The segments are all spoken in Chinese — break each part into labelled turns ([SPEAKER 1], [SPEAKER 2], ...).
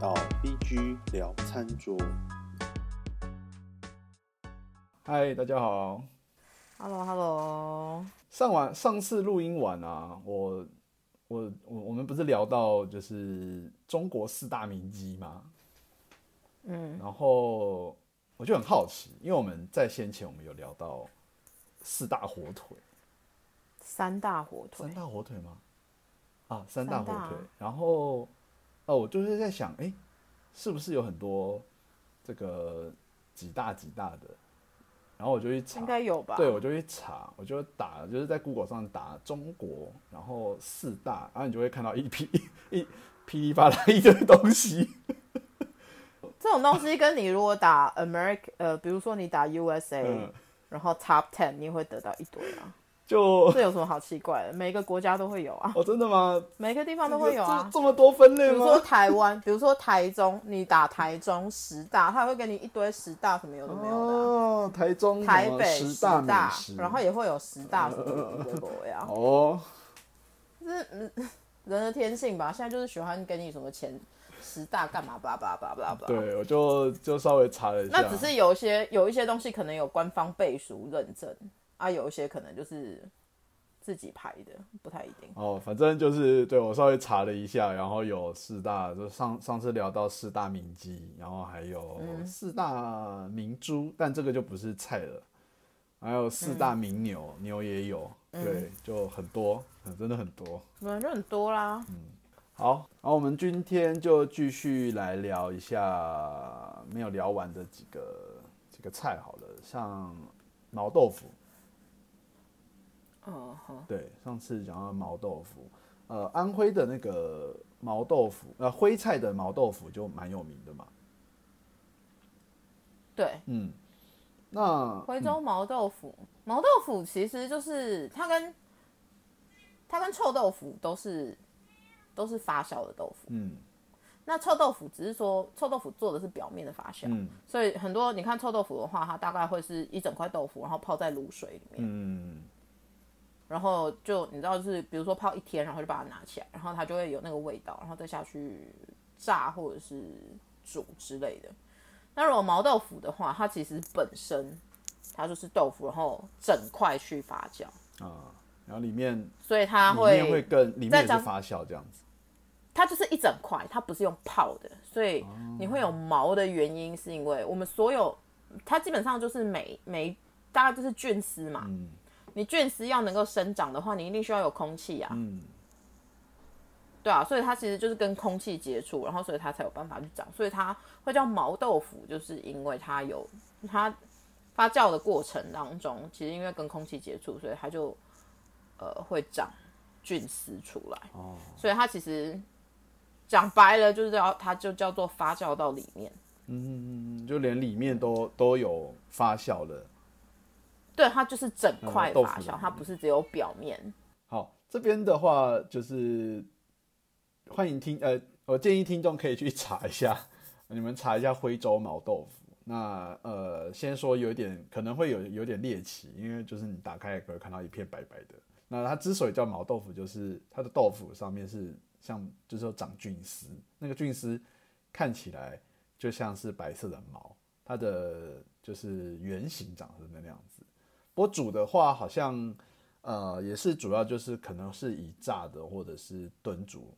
[SPEAKER 1] 到 BG 聊餐桌。
[SPEAKER 2] 嗨，大家好。
[SPEAKER 3] h e l l o h e l l o
[SPEAKER 2] 上完上次录音完啊，我我我我们不是聊到就是中国四大名鸡吗？
[SPEAKER 3] 嗯，
[SPEAKER 2] 然后我就很好奇，因为我们在先前我们有聊到四大火腿，
[SPEAKER 3] 三大火腿
[SPEAKER 2] 三，大火腿吗？啊，三大火
[SPEAKER 3] 三大
[SPEAKER 2] 腿
[SPEAKER 3] 啊。
[SPEAKER 2] 然后哦，我就是在想，哎、是不是有很多这个几大几大的？然后我就去查，
[SPEAKER 3] 应该有吧？
[SPEAKER 2] 对，我就去查，我就打，就是在 Google 上打中国，然后四大，然后你就会看到一批一噼里啪啦一堆东西。
[SPEAKER 3] 这种东西跟你如果打 America，呃，比如说你打 USA，、
[SPEAKER 2] 嗯，
[SPEAKER 3] 然后 Top Ten，你也会得到一堆啊。
[SPEAKER 2] 就
[SPEAKER 3] 这有什么好奇怪的？每个国家都会有啊，
[SPEAKER 2] 哦，真的吗？
[SPEAKER 3] 每个地方都会有啊
[SPEAKER 2] 这。这么多分
[SPEAKER 3] 比
[SPEAKER 2] 类
[SPEAKER 3] 如说
[SPEAKER 2] 吗？
[SPEAKER 3] 台湾，比如说台中，你打台中十大，他会给你一堆十大什么有的没有的啊、
[SPEAKER 2] 哦，台中什
[SPEAKER 3] 台
[SPEAKER 2] 么
[SPEAKER 3] 北
[SPEAKER 2] 十大美
[SPEAKER 3] 大
[SPEAKER 2] 食，
[SPEAKER 3] 然后也会有十大什么有的国呀、啊，
[SPEAKER 2] 哦，
[SPEAKER 3] 这是嗯人的天性吧？现在就是喜欢给你什么前十大干嘛吧吧吧吧吧。
[SPEAKER 2] 对，我就就稍微查了一下，
[SPEAKER 3] 那只是有一些有一些东西可能有官方背书认证啊，有一些可能就是自己排的，不太一定。
[SPEAKER 2] 哦，反正就是对我稍微查了一下，然后有四大，就上上次聊到四大名鸡，然后还有四大明珠，但这个就不是菜了，还有四大名牛，牛也有，对，就很多，很真的很多。
[SPEAKER 3] 本来就很多啦，
[SPEAKER 2] 嗯好，然后我们今天就继续来聊一下没有聊完的几个几个菜好了，像毛豆腐，
[SPEAKER 3] 嗯哼，
[SPEAKER 2] 对，上次讲到毛豆腐，呃，安徽的那个毛豆腐，呃，徽菜的毛豆腐就蛮有名的嘛。
[SPEAKER 3] 对，
[SPEAKER 2] 嗯，那
[SPEAKER 3] 徽州毛豆腐，毛豆腐其实就是它跟它跟臭豆腐都是都是发酵的豆腐，
[SPEAKER 2] 嗯
[SPEAKER 3] 那臭豆腐只是说臭豆腐做的是表面的发酵，
[SPEAKER 2] 嗯
[SPEAKER 3] 所以很多你看臭豆腐的话，它大概会是一整块豆腐，然后泡在卤水里面。
[SPEAKER 2] 嗯
[SPEAKER 3] 然后就你知道，就是比如说泡一天，然后就把它拿起来，然后它就会有那个味道，然后再下去炸或者是煮之类的。那如果毛豆腐的话，它其实本身它就是豆腐，然后整块去发酵，
[SPEAKER 2] 啊，然后里面
[SPEAKER 3] 所以它
[SPEAKER 2] 里
[SPEAKER 3] 会
[SPEAKER 2] 面会更里面
[SPEAKER 3] 再
[SPEAKER 2] 也是
[SPEAKER 3] 加
[SPEAKER 2] 发酵这样子。
[SPEAKER 3] 它就是一整块，它不是用泡的，所
[SPEAKER 2] 哦
[SPEAKER 3] 以你会有毛的原因是因为我们所有它基本上就是每每大概就是菌丝嘛，
[SPEAKER 2] 嗯
[SPEAKER 3] 你菌丝要能够生长的话，你一定需要有空气啊，
[SPEAKER 2] 嗯
[SPEAKER 3] 对啊，所以它其实就是跟空气接触，然后所以它才有办法去长，所以它会叫毛豆腐，就是因为它有它发酵的过程当中，其实因为跟空气接触，所以它就呃会长菌丝出来，
[SPEAKER 2] 哦
[SPEAKER 3] 所以它其实讲白了就是要它就叫做发酵到里面，
[SPEAKER 2] 嗯，就连里面都都有发酵的。
[SPEAKER 3] 对，它就是整块
[SPEAKER 2] 嗯豆腐
[SPEAKER 3] 发
[SPEAKER 2] 里
[SPEAKER 3] 酵，
[SPEAKER 2] 面
[SPEAKER 3] 它不是只有表面，
[SPEAKER 2] 好，这边的话就是欢迎听呃，我建议听众可以去 查一下，你们查一下徽州毛豆腐。那呃，先说有点可能会有有点猎奇，因为就是你打开可会看到一片白白的。那它之所以叫毛豆腐，就是它的豆腐上面是像就是有长菌丝，那个菌丝看起来就像是白色的毛，它的就是圆形长成的那样子。不过煮的话，好像呃，也是主要就是可能是以炸的或者是炖煮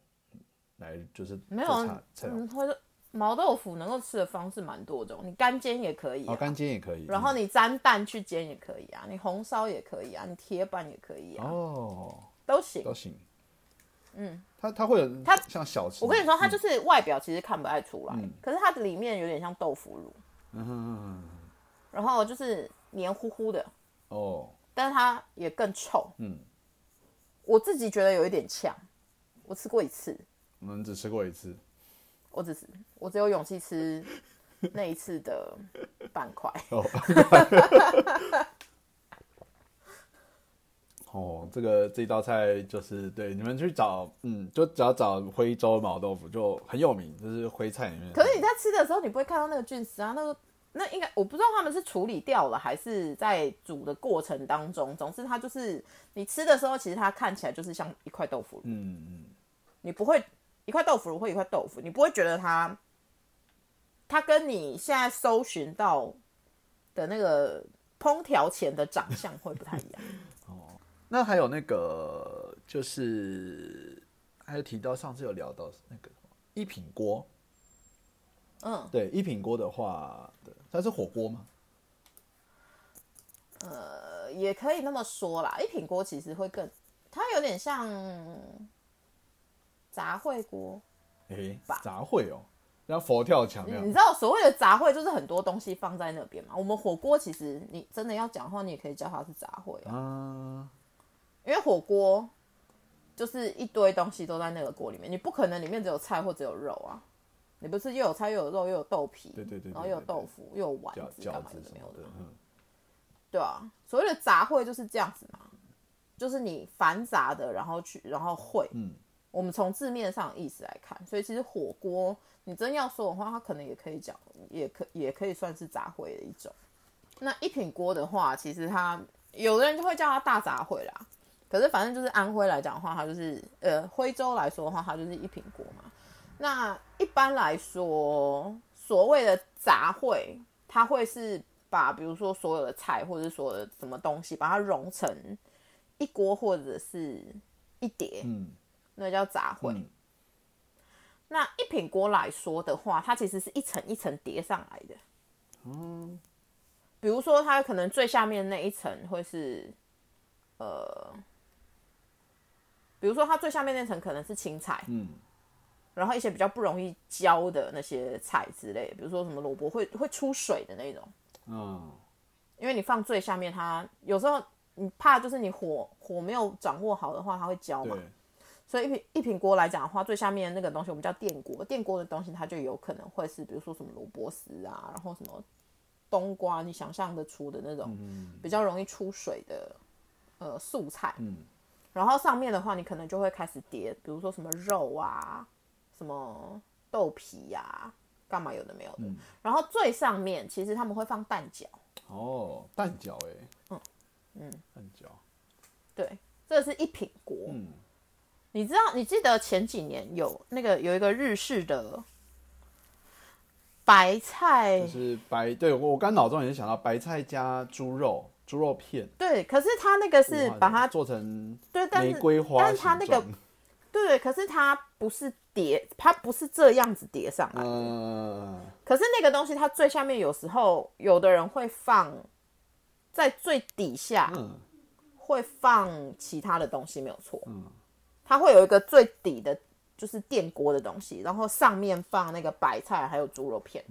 [SPEAKER 2] 来，就是
[SPEAKER 3] 没有
[SPEAKER 2] 做菜菜哦肴
[SPEAKER 3] 嗯，或者毛豆腐能够吃的方式蛮多种，你干煎也可以、啊
[SPEAKER 2] 哦，干煎也可以。
[SPEAKER 3] 然后你沾蛋去煎也可以啊，你红烧也可以啊，你铁板也可以
[SPEAKER 2] 嗯
[SPEAKER 3] 啊，
[SPEAKER 2] 哦，
[SPEAKER 3] 都行
[SPEAKER 2] 都。行。嗯，它它会有
[SPEAKER 3] 它
[SPEAKER 2] 像小吃。
[SPEAKER 3] 我跟你说，它就是外表其实看不太出来，
[SPEAKER 2] 嗯
[SPEAKER 3] 可是它的里面有点像豆腐乳，
[SPEAKER 2] 嗯，嗯
[SPEAKER 3] 然后就是黏糊糊的，
[SPEAKER 2] 哦，
[SPEAKER 3] 但是它也更臭。
[SPEAKER 2] 嗯，
[SPEAKER 3] 我自己觉得有一点呛，我吃过一次，
[SPEAKER 2] 我们只吃过一次。
[SPEAKER 3] 我只是我只有勇气吃那一次的半块。
[SPEAKER 2] 哦，哦，这个这道菜就是对你们去找，嗯，就只要找徽州毛豆腐就很有名，就是徽菜里面。
[SPEAKER 3] 可是你在吃的时候，你不会看到那个菌丝啊，那个那应该我不知道他们是处理掉了，还是在煮的过程当中。总之，它就是你吃的时候，其实它看起来就是像一块豆腐乳，
[SPEAKER 2] 嗯嗯
[SPEAKER 3] 你不会一块豆腐乳或一块豆腐，你不会觉得它它跟你现在搜寻到的那个烹调前的长相会不太一样。
[SPEAKER 2] 那还有那个就是还有提到上次有聊到那个一品锅，
[SPEAKER 3] 嗯，
[SPEAKER 2] 对一品锅的话，对它是火锅吗？
[SPEAKER 3] 呃也可以那么说啦。一品锅其实会更，它有点像杂烩锅。
[SPEAKER 2] 诶、
[SPEAKER 3] 吧
[SPEAKER 2] 杂烩哦，像佛跳墙那
[SPEAKER 3] 你
[SPEAKER 2] 样
[SPEAKER 3] 你知。道所谓的杂烩就是很多东西放在那边嘛。我们火锅其实你真的要讲的话，你也可以叫它是杂烩、啊，
[SPEAKER 2] 啊，
[SPEAKER 3] 因为火锅就是一堆东西都在那个锅里面，你不可能里面只有菜或只有肉啊。你不是又有菜又有肉又有豆皮，
[SPEAKER 2] 对对对对
[SPEAKER 3] 然后又有
[SPEAKER 2] 对对
[SPEAKER 3] 豆腐又有丸
[SPEAKER 2] 饺
[SPEAKER 3] 子，干
[SPEAKER 2] 饺
[SPEAKER 3] 嘛
[SPEAKER 2] 子
[SPEAKER 3] 的
[SPEAKER 2] 什
[SPEAKER 3] 没
[SPEAKER 2] 么
[SPEAKER 3] 有
[SPEAKER 2] 的
[SPEAKER 3] 的，，
[SPEAKER 2] 嗯，
[SPEAKER 3] 对啊。所谓的杂烩就是这样子嘛，就是你繁杂的，然后去然后烩，
[SPEAKER 2] 嗯，
[SPEAKER 3] 我们从字面上的意思来看，所以其实火锅，你真要说的话，它可能也可以讲，也可也可以算是杂烩的一种。那一品锅的话，其实它有的人就会叫它大杂烩啦，可是反正就是安徽来讲的话，它就是呃徽州来说的话，它就是一品锅嘛。那一般来说，所谓的杂烩，它会是把比如说所有的菜或者是所有的什么东西，把它融成一锅或者是一碟，
[SPEAKER 2] 嗯，
[SPEAKER 3] 那叫杂烩。
[SPEAKER 2] 嗯
[SPEAKER 3] 那一品锅来说的话，它其实是一层一层叠上来的。比如说它可能最下面那一层会是，呃，比如说它最下面那层可能是青菜，
[SPEAKER 2] 嗯，
[SPEAKER 3] 然后一些比较不容易焦的那些菜之类，比如说什么萝卜会会出水的那种，
[SPEAKER 2] 啊，
[SPEAKER 3] 因为你放最下面它，有时候你怕就是你火火没有掌握好的话，它会焦嘛。
[SPEAKER 2] 嗯对，
[SPEAKER 3] 所以一品一品锅来讲的话，最下面那个东西我们叫电锅，电锅的东西它就有可能会是比如说什么萝卜丝啊，然后什么冬瓜，你想象得出的那种
[SPEAKER 2] 嗯
[SPEAKER 3] 比较容易出水的呃素菜。
[SPEAKER 2] 嗯
[SPEAKER 3] 然后上面的话，你可能就会开始叠，比如说什么肉啊，什么豆皮呀、干嘛有的没有的。然后最上面其实他们会放蛋饺，
[SPEAKER 2] 哦，蛋饺哎，嗯
[SPEAKER 3] 嗯，
[SPEAKER 2] 蛋饺，
[SPEAKER 3] 对，这是一品锅。
[SPEAKER 2] 嗯，
[SPEAKER 3] 你知道，你记得前几年有那个有一个日式的白菜，
[SPEAKER 2] 就是白，对我我刚脑中也是想到白菜加猪肉，猪肉片，
[SPEAKER 3] 对，可是它那个是
[SPEAKER 2] 哇
[SPEAKER 3] 把它
[SPEAKER 2] 做成
[SPEAKER 3] 对，但
[SPEAKER 2] 玫
[SPEAKER 3] 是
[SPEAKER 2] 瑰花
[SPEAKER 3] 但
[SPEAKER 2] 形
[SPEAKER 3] 是它
[SPEAKER 2] 状，
[SPEAKER 3] 那个对，可是它不是叠，它不是这样子叠上来。
[SPEAKER 2] 呃，
[SPEAKER 3] 可是那个东西，它最下面有时候有的人会放在最底下，
[SPEAKER 2] 嗯
[SPEAKER 3] 会放其他的东西，没有错。
[SPEAKER 2] 嗯
[SPEAKER 3] 它会有一个最底的，就是电锅的东西，然后上面放那个白菜还有猪肉片。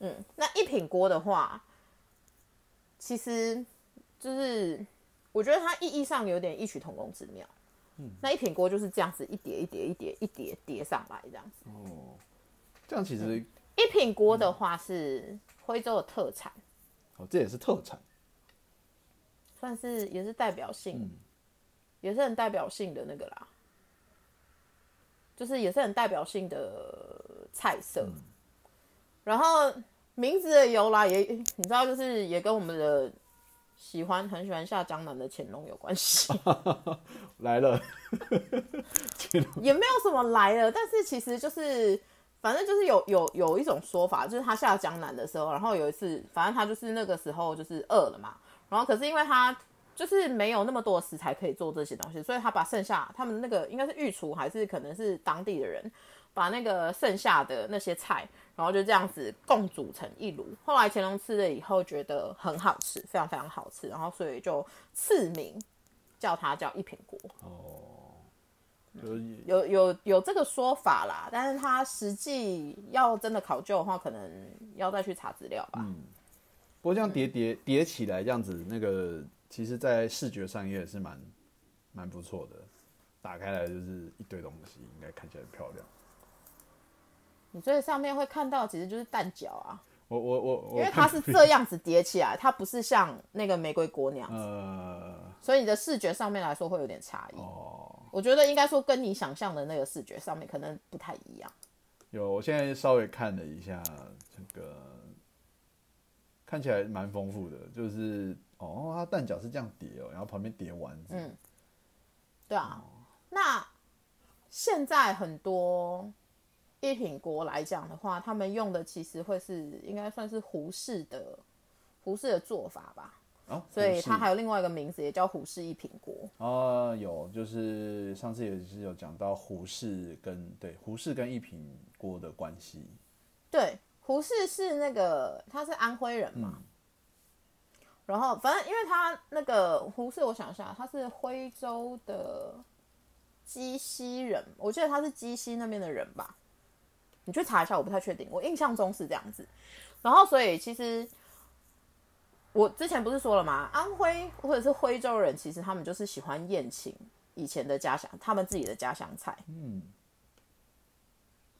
[SPEAKER 3] 嗯那一品锅的话，其实就是我觉得它意义上有点异曲同工之妙。嗯，那一品锅就是这样子一叠一叠一叠一叠叠上来这样子。
[SPEAKER 2] 哦，这样其
[SPEAKER 3] 嗯
[SPEAKER 2] 实
[SPEAKER 3] 一品锅的话是徽州的特产，
[SPEAKER 2] 哦这也是特产，
[SPEAKER 3] 算是也是代表性，
[SPEAKER 2] 嗯
[SPEAKER 3] 也是很代表性的那个啦，就是也是很代表性的菜色。然后名字的由来也，你知道，就是也跟我们的喜欢很喜欢下江南的乾隆有关系，
[SPEAKER 2] 来
[SPEAKER 3] 嗯
[SPEAKER 2] 了，
[SPEAKER 3] 也没有什么来了，但是其实就是。反正就是有有有一种说法，就是他下江南的时候，然后有一次，反正他就是那个时候就是呃饿了嘛，然后可是因为他就是没有那么多的食材可以做这些东西，所以他把剩下他们那个应该是御厨还是可能是当地的人，把那个剩下的那些菜，然后就这样子共煮成一炉。后来乾隆吃了以后觉得很好吃，非常非常好吃，然后所以就赐名叫它叫一品锅。
[SPEAKER 2] 哦就是
[SPEAKER 3] 有有有这个说法啦，但是它实际要真的考究的话，可能要再去查资料吧。
[SPEAKER 2] 不过这样叠叠叠起来，这样子那个，其实，在视觉上也是蛮蛮不错的。打开来就是一堆东西，应该看起来很漂亮。
[SPEAKER 3] 你最上面会看到，其实就是蛋饺啊，
[SPEAKER 2] 我我我我
[SPEAKER 3] 因为
[SPEAKER 2] 看，
[SPEAKER 3] 它是这样子叠起来，它不是像那个玫瑰锅那样子
[SPEAKER 2] 呃，
[SPEAKER 3] 所以你的视觉上面来说会有点差异。
[SPEAKER 2] 哦，
[SPEAKER 3] 我觉得应该说跟你想象的那个视觉上面可能不太一样。
[SPEAKER 2] 有，我现在稍微看了一下，这个看起来蛮丰富的，就是哦，它蛋饺是这样叠哦，然后旁边叠丸子，
[SPEAKER 3] 嗯对啊，那现在很多一品锅来讲的话，他们用的其实会是应该算是胡适的胡适的做法吧，
[SPEAKER 2] 哦，
[SPEAKER 3] 所以
[SPEAKER 2] 胡适
[SPEAKER 3] 它还有另外一个名字也叫胡适一品锅。
[SPEAKER 2] 啊有，就是上次也是有讲到胡适跟对胡适跟一品锅的关系，
[SPEAKER 3] 对，胡适是那个他是安徽人
[SPEAKER 2] 嗯
[SPEAKER 3] 嘛，然后反正因为他那个胡适，我想一下，他是徽州的鸡西人，我记得他是鸡西那边的人吧，你去查一下，我不太确定，我印象中是这样子。然后所以其实我之前不是说了吗？安徽或者是徽州人，其实他们就是喜欢宴请以前的家乡，他们自己的家乡菜。
[SPEAKER 2] 嗯，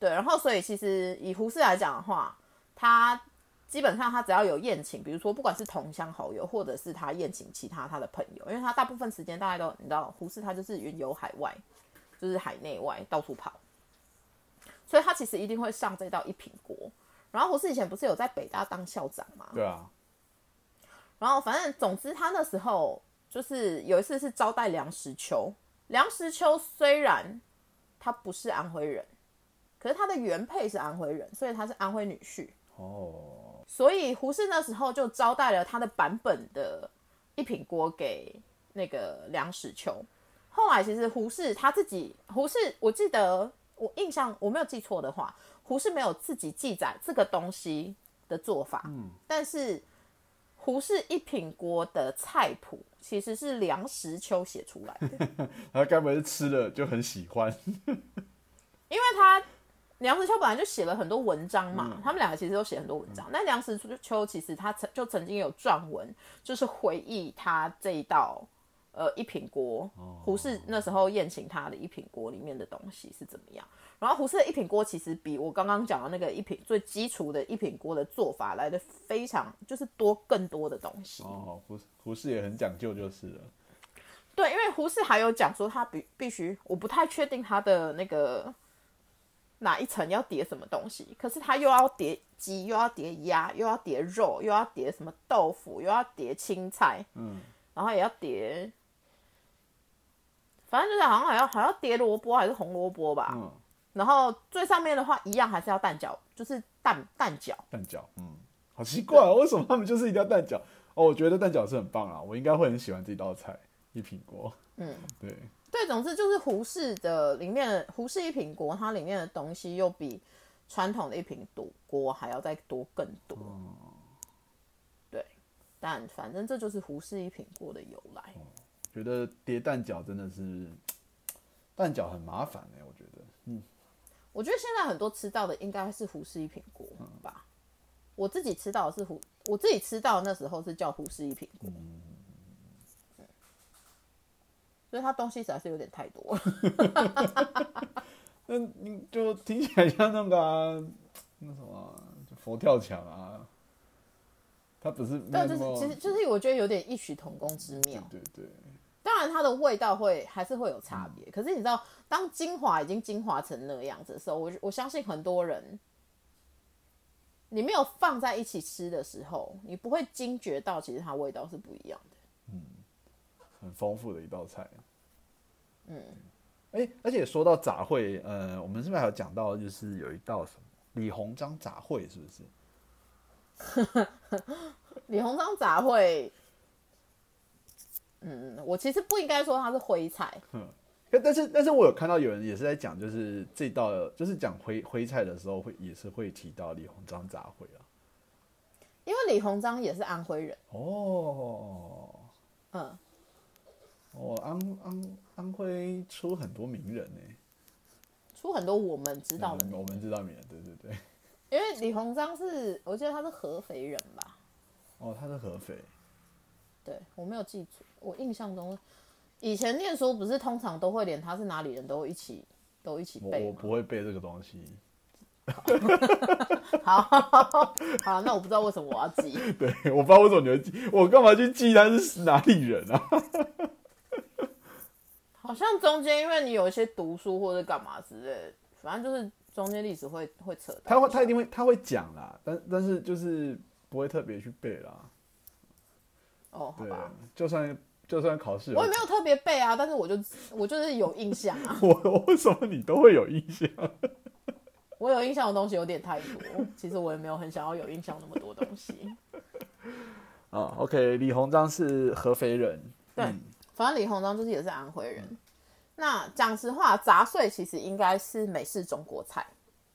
[SPEAKER 3] 对，然后所以其实以胡适来讲的话，他基本上他只要有宴请，比如说不管是同乡好友，或者是他宴请其他他的朋友，因为他大部分时间大家都你知道，胡适他就是云游海外，就是海内外到处跑，所以他其实一定会上这道一品锅。然后胡适以前不是有在北大当校长吗？
[SPEAKER 2] 对啊，
[SPEAKER 3] 然后反正总之他那时候就是有一次是招待梁实秋，梁实秋虽然他不是安徽人，可是他的原配是安徽人，所以他是安徽女婿。
[SPEAKER 2] 哦，
[SPEAKER 3] 所以胡适那时候就招待了他的版本的一品锅给那个梁实秋。后来其实胡适他自己，胡适我记得我印象我没有记错的话，胡适没有自己记载这个东西的做法，但是胡适一品锅的菜谱其实是梁实秋写出来的。
[SPEAKER 2] 他该不会是吃了就很喜欢？
[SPEAKER 3] 因为他梁实秋本来就写了很多文章嘛，他们两个其实都写很多文章。那、梁实秋其实他曾就曾经有撰文，就是回忆他这一道呃一品锅，胡适那时候宴请他的一品锅里面的东西是怎么样。然后胡适的一品锅其实比我刚刚讲的那个一品最基础的一品锅的做法来的非常，就是多更多的东西。
[SPEAKER 2] 哦，胡胡适也很讲究就是了，
[SPEAKER 3] 对，因为胡适还有讲说他必必须，我不太确定他的那个哪一层要叠什么东西，可是他又要叠鸡，又要叠鸭，又要叠肉，又要叠什么豆腐，又要叠青菜，
[SPEAKER 2] 嗯，
[SPEAKER 3] 然后也要叠，反正就是好像还要还要叠萝卜还是红萝卜吧，
[SPEAKER 2] 嗯，
[SPEAKER 3] 然后最上面的话一样还是要蛋饺，就是蛋蛋饺，
[SPEAKER 2] 蛋饺，嗯，好奇怪哦，为什么他们就是一定要蛋饺？哦，我觉得蛋饺是很棒啊，我应该会很喜欢这道菜，一品锅，
[SPEAKER 3] 嗯，
[SPEAKER 2] 对，
[SPEAKER 3] 对，总之就是胡适的里面，胡适一品锅它里面的东西又比传统的一品多锅还要再多更多。对，但反正这就是胡适一品锅的由来。
[SPEAKER 2] 哦觉得叠蛋饺真的是蛋饺很麻烦哎、我觉得，嗯，
[SPEAKER 3] 我觉得现在很多吃到的应该是胡适一品锅吧。
[SPEAKER 2] 嗯
[SPEAKER 3] 我自己吃到的是胡，我自己吃到的那时候是叫胡适一品锅。嗯所以它东西实在是有点太多了。
[SPEAKER 2] 那你就听起来像那个、啊、那什么啊、就佛跳墙啊，它不是 没有那
[SPEAKER 3] 对，啊就是
[SPEAKER 2] 么
[SPEAKER 3] 其实就是我觉得有点异曲同工之妙。
[SPEAKER 2] 对对
[SPEAKER 3] 当然它的味道会还是会有差别，可是你知道，当精华已经精华成那个样子的时候，我我相信很多人，你没有放在一起吃的时候，你不会惊觉到其实它味道是不一样的。
[SPEAKER 2] 很丰富的一道菜。嗯，哎、而且说到杂烩，呃，我们是不是还有讲到，就是有一道什么李鸿章杂烩，是不是？
[SPEAKER 3] 李鸿章杂烩，嗯，我其实不应该说它是徽菜，
[SPEAKER 2] 但但是但是我有看到有人也是在讲，就是这道就是讲徽徽菜的时候会也是会提到李鸿章杂烩啊。
[SPEAKER 3] 因为李鸿章也是安徽人，
[SPEAKER 2] 哦
[SPEAKER 3] 嗯，
[SPEAKER 2] 哦，安安安徽出很多名人呢、
[SPEAKER 3] 出很多我们知
[SPEAKER 2] 知
[SPEAKER 3] 道的名
[SPEAKER 2] 我们知道名人，对对对。
[SPEAKER 3] 因为李鸿章是我记得他是合肥人吧，
[SPEAKER 2] 哦，他是合肥，
[SPEAKER 3] 对我没有记住，我印象中以前念书不是通常都会连他是哪里人都一起都一起
[SPEAKER 2] 我
[SPEAKER 3] 背
[SPEAKER 2] 我
[SPEAKER 3] 吗？
[SPEAKER 2] 不会背这个东西。
[SPEAKER 3] 好， 好，那我不知道为什么我要记，
[SPEAKER 2] 对，我不知道为什么你会记，我干嘛去记他是哪里人啊？
[SPEAKER 3] 好像中间因为你有一些读书或者干嘛之类的，反正就是中间历史会会扯到。
[SPEAKER 2] 他会，他一定会，他会讲啦，但但是就是不会特别去背啦。
[SPEAKER 3] 哦，好
[SPEAKER 2] 对
[SPEAKER 3] 吧，，
[SPEAKER 2] 就算就算考试有
[SPEAKER 3] 我也没有特别背啊，但是我就我就是有印象啊，
[SPEAKER 2] 我我为什么你都会有印象？
[SPEAKER 3] 我有印象的东西有点太多，其实我也没有很想要有印象那么多东西。
[SPEAKER 2] 啊、o k 李鸿章是合肥人，
[SPEAKER 3] 对，反正李鸿章就是也是安徽人。那讲实话，杂碎其实应该是美式中国菜。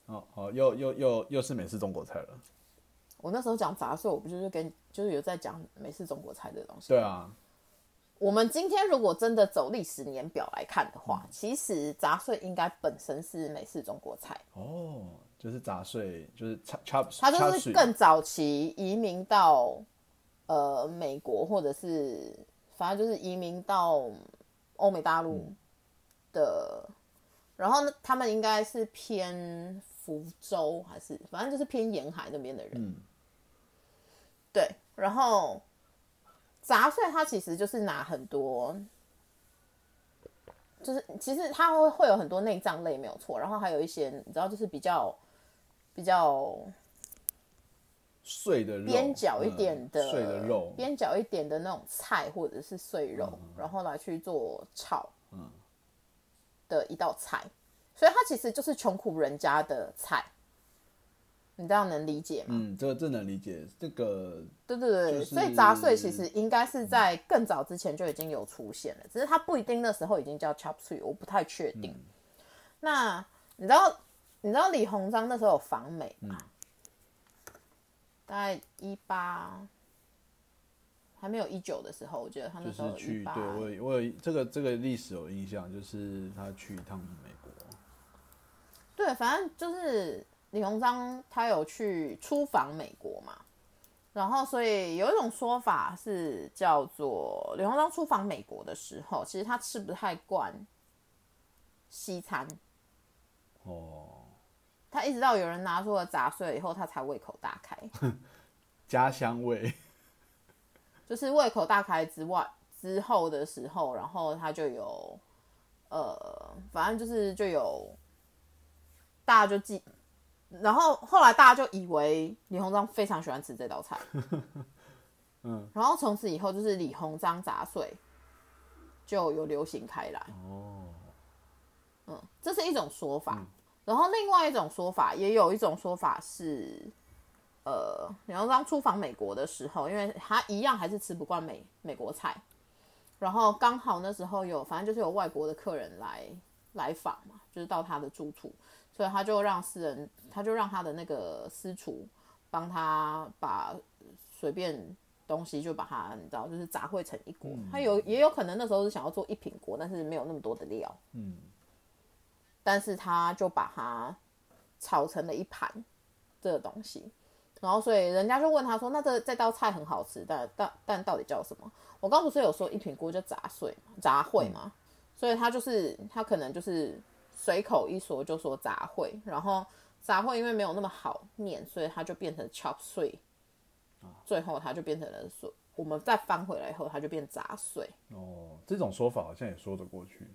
[SPEAKER 2] 哦哦，又又又又是美式中国菜了。
[SPEAKER 3] 我那时候讲杂碎，我不就是跟就是有在讲美式中国菜这东西。
[SPEAKER 2] 对啊，
[SPEAKER 3] 我们今天如果真的走历史年表来看的话，其实杂碎应该本身是美式中国菜，
[SPEAKER 2] 哦，就是杂碎，就是 chop chop，
[SPEAKER 3] 它就是更早期移民到呃美国或者是反正就是移民到欧美大陆的，然后呢，他们应该是偏福州还是反正就是偏沿海那边的人，
[SPEAKER 2] 嗯
[SPEAKER 3] 对，然后杂碎它其实就是拿很多，就是其实它会会有很多内脏类没有错，然后还有一些你知道就是比较比较
[SPEAKER 2] 碎的肉，
[SPEAKER 3] 边角一点的、
[SPEAKER 2] 嗯碎的肉，
[SPEAKER 3] 边角一点的那种菜或者是碎肉，然后来去做炒，
[SPEAKER 2] 嗯
[SPEAKER 3] 的一道菜，所以它其实就是穷苦人家的菜，你这样能理解吗？
[SPEAKER 2] 嗯，这这能理解。这个
[SPEAKER 3] 对对对，
[SPEAKER 2] 就是
[SPEAKER 3] 所以杂碎其实应该是在更早之前就已经有出现了，只是它不一定那时候已经叫 chop suey，我不太确
[SPEAKER 2] 嗯
[SPEAKER 3] 定。那你知道你知道李鸿章那时候有访美吧？
[SPEAKER 2] 嗯
[SPEAKER 3] 大概一八还没有一九的时候，我觉得他
[SPEAKER 2] 就
[SPEAKER 3] 那时候
[SPEAKER 2] 是
[SPEAKER 3] 有
[SPEAKER 2] 去，
[SPEAKER 3] 一八，
[SPEAKER 2] 对我有我有这个这个历史有印象，就是他去一趟美国，
[SPEAKER 3] 对，反正就是李鸿章他有去出访美国嘛，然后所以有一种说法是叫做李鸿章出访美国的时候，其实他吃不太惯西餐，
[SPEAKER 2] 哦，
[SPEAKER 3] 他一直到有人拿出了杂碎以后，他才胃口大开，
[SPEAKER 2] 家乡味，
[SPEAKER 3] 就是胃口大开之外之后的时候，然后他就有呃，反正就是就有大家就记。然后后来大家就以为李鸿章非常喜欢吃这道菜，
[SPEAKER 2] 嗯，
[SPEAKER 3] 然后从此以后就是李鸿章杂碎就有流行开来，
[SPEAKER 2] 哦，
[SPEAKER 3] 嗯，这是一种说法。然后另外一种说法，也有一种说法是，呃，李鸿章出访美国的时候，因为他一样还是吃不惯美美国菜，然后刚好那时候有，反正就是有外国的客人来来访嘛，就是到他的住处，所以他就让私人，他就让他的那个私厨帮他把随便东西就把它，你知道，就是杂烩成一锅。他有也有可能那时候是想要做一品锅，但是没有那么多的料，
[SPEAKER 2] 嗯，
[SPEAKER 3] 但是他就把它炒成了一盘这个东西。然后，所以人家就问他说：“那这这道菜很好吃，但但但到底叫什么？”我刚不是有说一品锅叫杂碎嘛，杂烩嘛，所以他就是他可能就是随口一说就说杂烩，然后杂烩因为没有那么好念，所以它就变成 chop 碎，最后它就变成了碎。我们再翻回来以后，它就变杂碎。
[SPEAKER 2] 哦，这种说法好像也说得过去，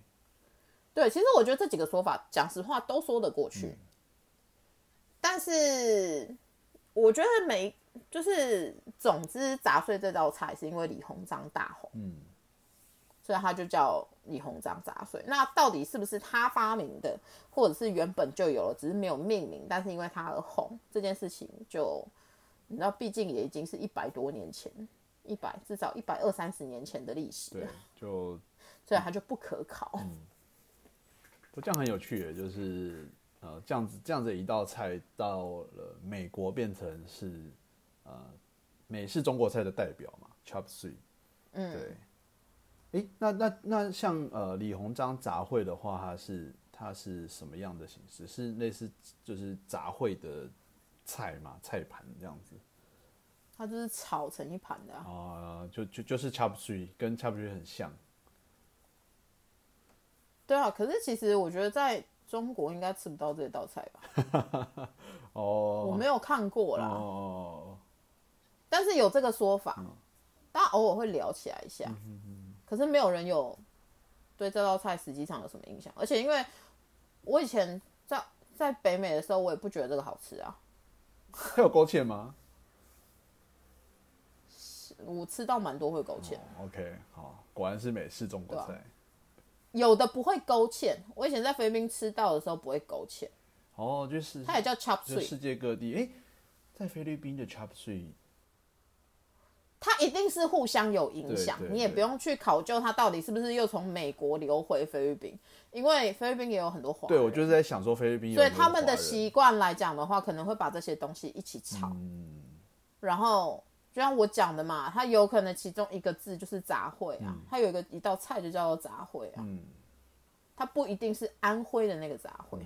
[SPEAKER 3] 对，其实我觉得这几个说法，讲实话都说得过去。
[SPEAKER 2] 嗯
[SPEAKER 3] 但是我觉得每就是总之杂碎这道菜是因为李鸿章大红，
[SPEAKER 2] 嗯，
[SPEAKER 3] 所以他就叫李鸿章杂碎。那到底是不是他发明的，或者是原本就有了，只是没有命名，但是因为他而红这件事情就，你知道，毕竟也已经是一百多年前，一百至少一百二三十年前的历史
[SPEAKER 2] 对 嗯
[SPEAKER 3] 了，，
[SPEAKER 2] 就
[SPEAKER 3] 所以它就不可考。
[SPEAKER 2] 不这样很有趣耶，就是呃这样子这样子一道菜到了美国变成是呃美式中国菜的代表嘛，chop suey，
[SPEAKER 3] 嗯
[SPEAKER 2] 对。诶，那那那像呃李鸿章杂烩的话，它是它是什么样的形式？是类似就是杂烩的菜嘛，菜盘这样子
[SPEAKER 3] 它就是炒成一盘的、啊。
[SPEAKER 2] 啊、就就就是 chop suey，跟 chop suey 很像。
[SPEAKER 3] 对啊，可是其实我觉得在中国应该吃不到这道菜吧，我
[SPEAKER 2] 哦
[SPEAKER 3] 没有看过
[SPEAKER 2] 哦嗯
[SPEAKER 3] 啦，
[SPEAKER 2] 哦，
[SPEAKER 3] 但是有这个说法，大家偶尔会聊起来一
[SPEAKER 2] 嗯
[SPEAKER 3] 下，可是没有人有对这道菜实际上有什么印象，而且因为我以前在在北美的时候，我也不觉得这个好吃啊，
[SPEAKER 2] 它有勾芡吗、
[SPEAKER 3] 我吃到蛮多会勾芡，啊
[SPEAKER 2] 哦、？OK，好，果然是美式中国菜。
[SPEAKER 3] 有的不会勾芡，我以前在菲律宾吃到的时候不会勾芡，
[SPEAKER 2] 哦，就是
[SPEAKER 3] 它也叫 chop
[SPEAKER 2] 就
[SPEAKER 3] suey，
[SPEAKER 2] 世界各地，哎、在菲律宾的 chop suey
[SPEAKER 3] 它一定是互相有影响
[SPEAKER 2] 对，对
[SPEAKER 3] 你也
[SPEAKER 2] 对
[SPEAKER 3] 不用去考究它到底是不是又从美国流回菲律宾，因为菲律宾也有很多华人。
[SPEAKER 2] 对我就是在想说菲律宾有
[SPEAKER 3] 所以
[SPEAKER 2] 很多
[SPEAKER 3] 他们的
[SPEAKER 2] 华人
[SPEAKER 3] 习惯来讲的话，可能会把这些东西一起炒。
[SPEAKER 2] 嗯
[SPEAKER 3] 然后就像我讲的嘛，它有可能其中一个字就是杂烩啊，
[SPEAKER 2] 嗯
[SPEAKER 3] 它有一个一道菜就叫做杂烩啊，它不一定是安徽的那个杂
[SPEAKER 2] 嗯
[SPEAKER 3] 烩。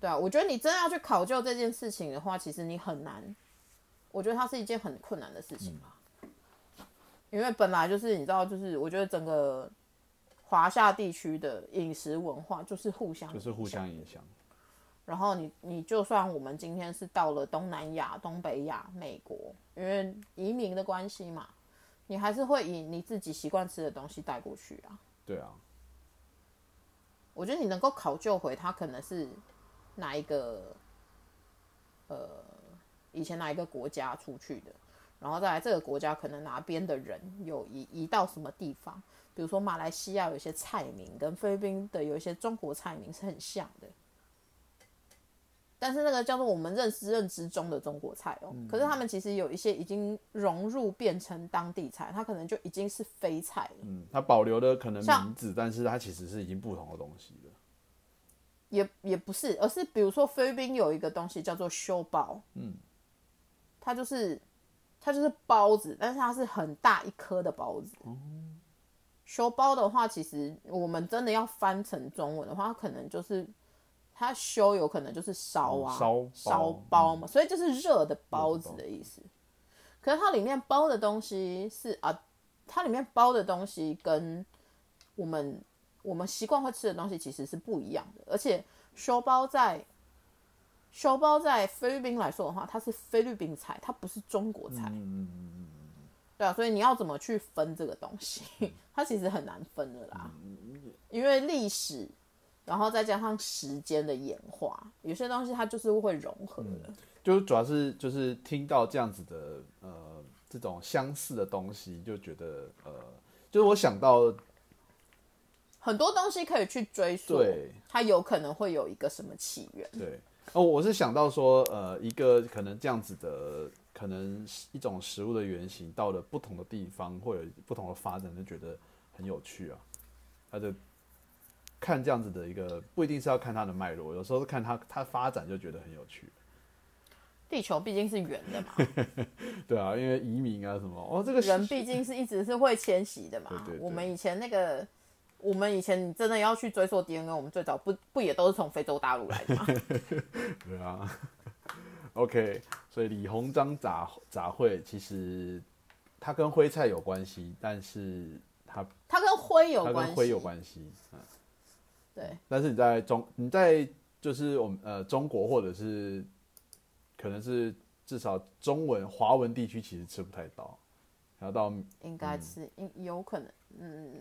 [SPEAKER 3] 对啊，我觉得你真的要去考究这件事情的话，其实你很难。我觉得它是一件很困难的事情吧，因为本来就是你知道，就是我觉得整个华夏地区的饮食文化就是互相
[SPEAKER 2] 就是互
[SPEAKER 3] 影响
[SPEAKER 2] 相影响，
[SPEAKER 3] 然后你你就算我们今天是到了东南亚、东北亚、美国，因为移民的关系嘛，你还是会以你自己习惯吃的东西带过去啊。
[SPEAKER 2] 对啊，
[SPEAKER 3] 我觉得你能够考究回它可能是哪一个，呃，以前哪一个国家出去的，然后再来这个国家可能哪边的人有移移到什么地方，比如说马来西亚有一些菜名跟菲律宾的有一些中国菜名是很像的，但是那个叫做我们认识认知中的中国菜哦，可是他们其实有一些已经融入变成当地菜，它可能就已经是非菜了。
[SPEAKER 2] 嗯，它保留的可能
[SPEAKER 3] 像
[SPEAKER 2] 名字，但是它其实是已经不同的东西了。
[SPEAKER 3] 也也不是，而是比如说菲律宾有一个东西叫做修包，嗯，它就是它就是包子，但是它是很大一颗的包子。
[SPEAKER 2] 哦
[SPEAKER 3] 修包的话，其实我们真的要翻成中文的话，它可能就是它修有可能就是烧啊，
[SPEAKER 2] 嗯烧包
[SPEAKER 3] 烧包嘛，所以就是热的包子
[SPEAKER 2] 热的包
[SPEAKER 3] 的意思。可是它里面包的东西是啊，它里面包的东西跟我们我们习惯会吃的东西其实是不一样的，而且修包在修包在菲律宾来说的话，它是菲律宾菜，它不是中国
[SPEAKER 2] 嗯
[SPEAKER 3] 菜。对啊，所以你要怎么去分这个东西， 它其实很难分的啦，
[SPEAKER 2] 嗯
[SPEAKER 3] 因为历史，然后再加上时间的演化，有些东西它就是会融合的。
[SPEAKER 2] 就是主要是就是听到这样子的呃这种相似的东西，就觉得呃，就是我想到
[SPEAKER 3] 很多东西可以去追溯
[SPEAKER 2] 对，
[SPEAKER 3] 它有可能会有一个什么起源。
[SPEAKER 2] 对哦，我是想到说呃一个可能这样子的可能一种食物的原型，到了不同的地方会有不同的发展，就觉得很有趣啊。它的看这样子的一个不一定是要看它的脉络，有时候看它它发展就觉得很有趣。
[SPEAKER 3] 地球毕竟是圆的嘛，
[SPEAKER 2] 对啊，因为移民啊什么哦这个
[SPEAKER 3] 人毕竟是一直是会迁徙的嘛。
[SPEAKER 2] 对对对
[SPEAKER 3] 我们以前那个，我们以前真的要去追溯 DNA，我们最早不不也都是从非洲大陆来的嘛？
[SPEAKER 2] 对啊 ，OK，所以李鸿章杂杂烩其实它跟徽菜有关系，但是它
[SPEAKER 3] 它跟灰有
[SPEAKER 2] 它
[SPEAKER 3] 关
[SPEAKER 2] 跟
[SPEAKER 3] 系，
[SPEAKER 2] 徽有关系，嗯，
[SPEAKER 3] 对，
[SPEAKER 2] 但是你在中你在就是我们呃中国或者是可能是至少中文华文地区其实吃不太到，然后到
[SPEAKER 3] 应该是应、有可能，嗯，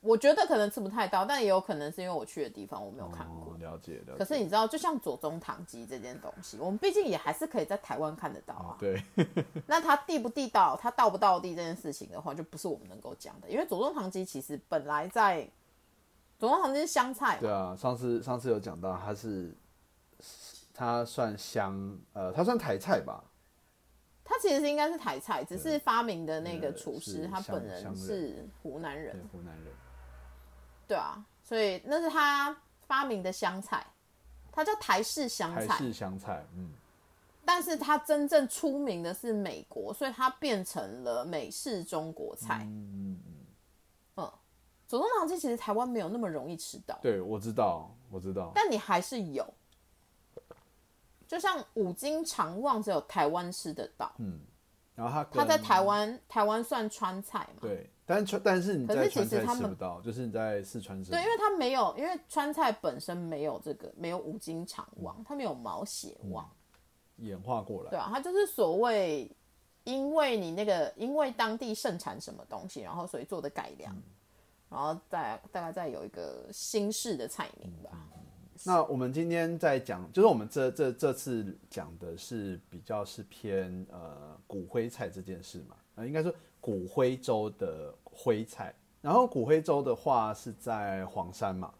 [SPEAKER 3] 我觉得可能吃不太到，但也有可能是因为我去的地方我没有看过。
[SPEAKER 2] 哦了解了解，
[SPEAKER 3] 可是你知道，就像左宗棠鸡这件东西，我们毕竟也还是可以在台湾看得到啊。
[SPEAKER 2] 对
[SPEAKER 3] 那它地不地道，它到不到地这件事情的话，就不是我们能够讲的，因为左宗棠鸡其实本来在左宗棠鸡是香菜嘛
[SPEAKER 2] 对，啊，上次上次有讲到它是它算香呃它算台菜吧，
[SPEAKER 3] 它其实是应该是台菜，只是发明的那个
[SPEAKER 2] 对
[SPEAKER 3] 厨师
[SPEAKER 2] 是
[SPEAKER 3] 他
[SPEAKER 2] 香
[SPEAKER 3] 本
[SPEAKER 2] 香
[SPEAKER 3] 人
[SPEAKER 2] 人
[SPEAKER 3] 是湖南
[SPEAKER 2] 对
[SPEAKER 3] 人，
[SPEAKER 2] 湖南人。
[SPEAKER 3] 对啊，所以那是他发明的香菜，它叫台式香
[SPEAKER 2] 台
[SPEAKER 3] 菜，
[SPEAKER 2] 式香菜，嗯，
[SPEAKER 3] 但是它真正出名的是美国，所以它变成了美式中国菜。嗯嗯嗯，左宗棠鸡其实台湾没有那么容易吃到，
[SPEAKER 2] 对，我知道，我知道，
[SPEAKER 3] 但你还是有。就像五金长旺只有台湾吃得到，
[SPEAKER 2] 嗯然后它
[SPEAKER 3] 它
[SPEAKER 2] 跟
[SPEAKER 3] 在台湾台湾算川菜嘛？
[SPEAKER 2] 对，但是但是你
[SPEAKER 3] 可
[SPEAKER 2] 在
[SPEAKER 3] 是其
[SPEAKER 2] 川
[SPEAKER 3] 实
[SPEAKER 2] 菜
[SPEAKER 3] 他
[SPEAKER 2] 吃
[SPEAKER 3] 们
[SPEAKER 2] 不到，就是你在四川吃不
[SPEAKER 3] 对，
[SPEAKER 2] 到，
[SPEAKER 3] 因为它没有，因为川菜本身没有这个，没有五金长
[SPEAKER 2] 嗯
[SPEAKER 3] 旺，它没有毛血旺，
[SPEAKER 2] 演化过来
[SPEAKER 3] 对，啊，它就是所谓因为你那个因为当地盛产什么东西，然后所以做的改良，
[SPEAKER 2] 嗯
[SPEAKER 3] 然后再大概再有一个新式的菜名
[SPEAKER 2] 嗯
[SPEAKER 3] 吧。
[SPEAKER 2] 那我们今天在讲，就是我们这这这次讲的是比较是偏呃骨灰菜这件事嘛，呃，应该说骨灰粥的灰菜。然后骨灰粥的话是在黄山嘛，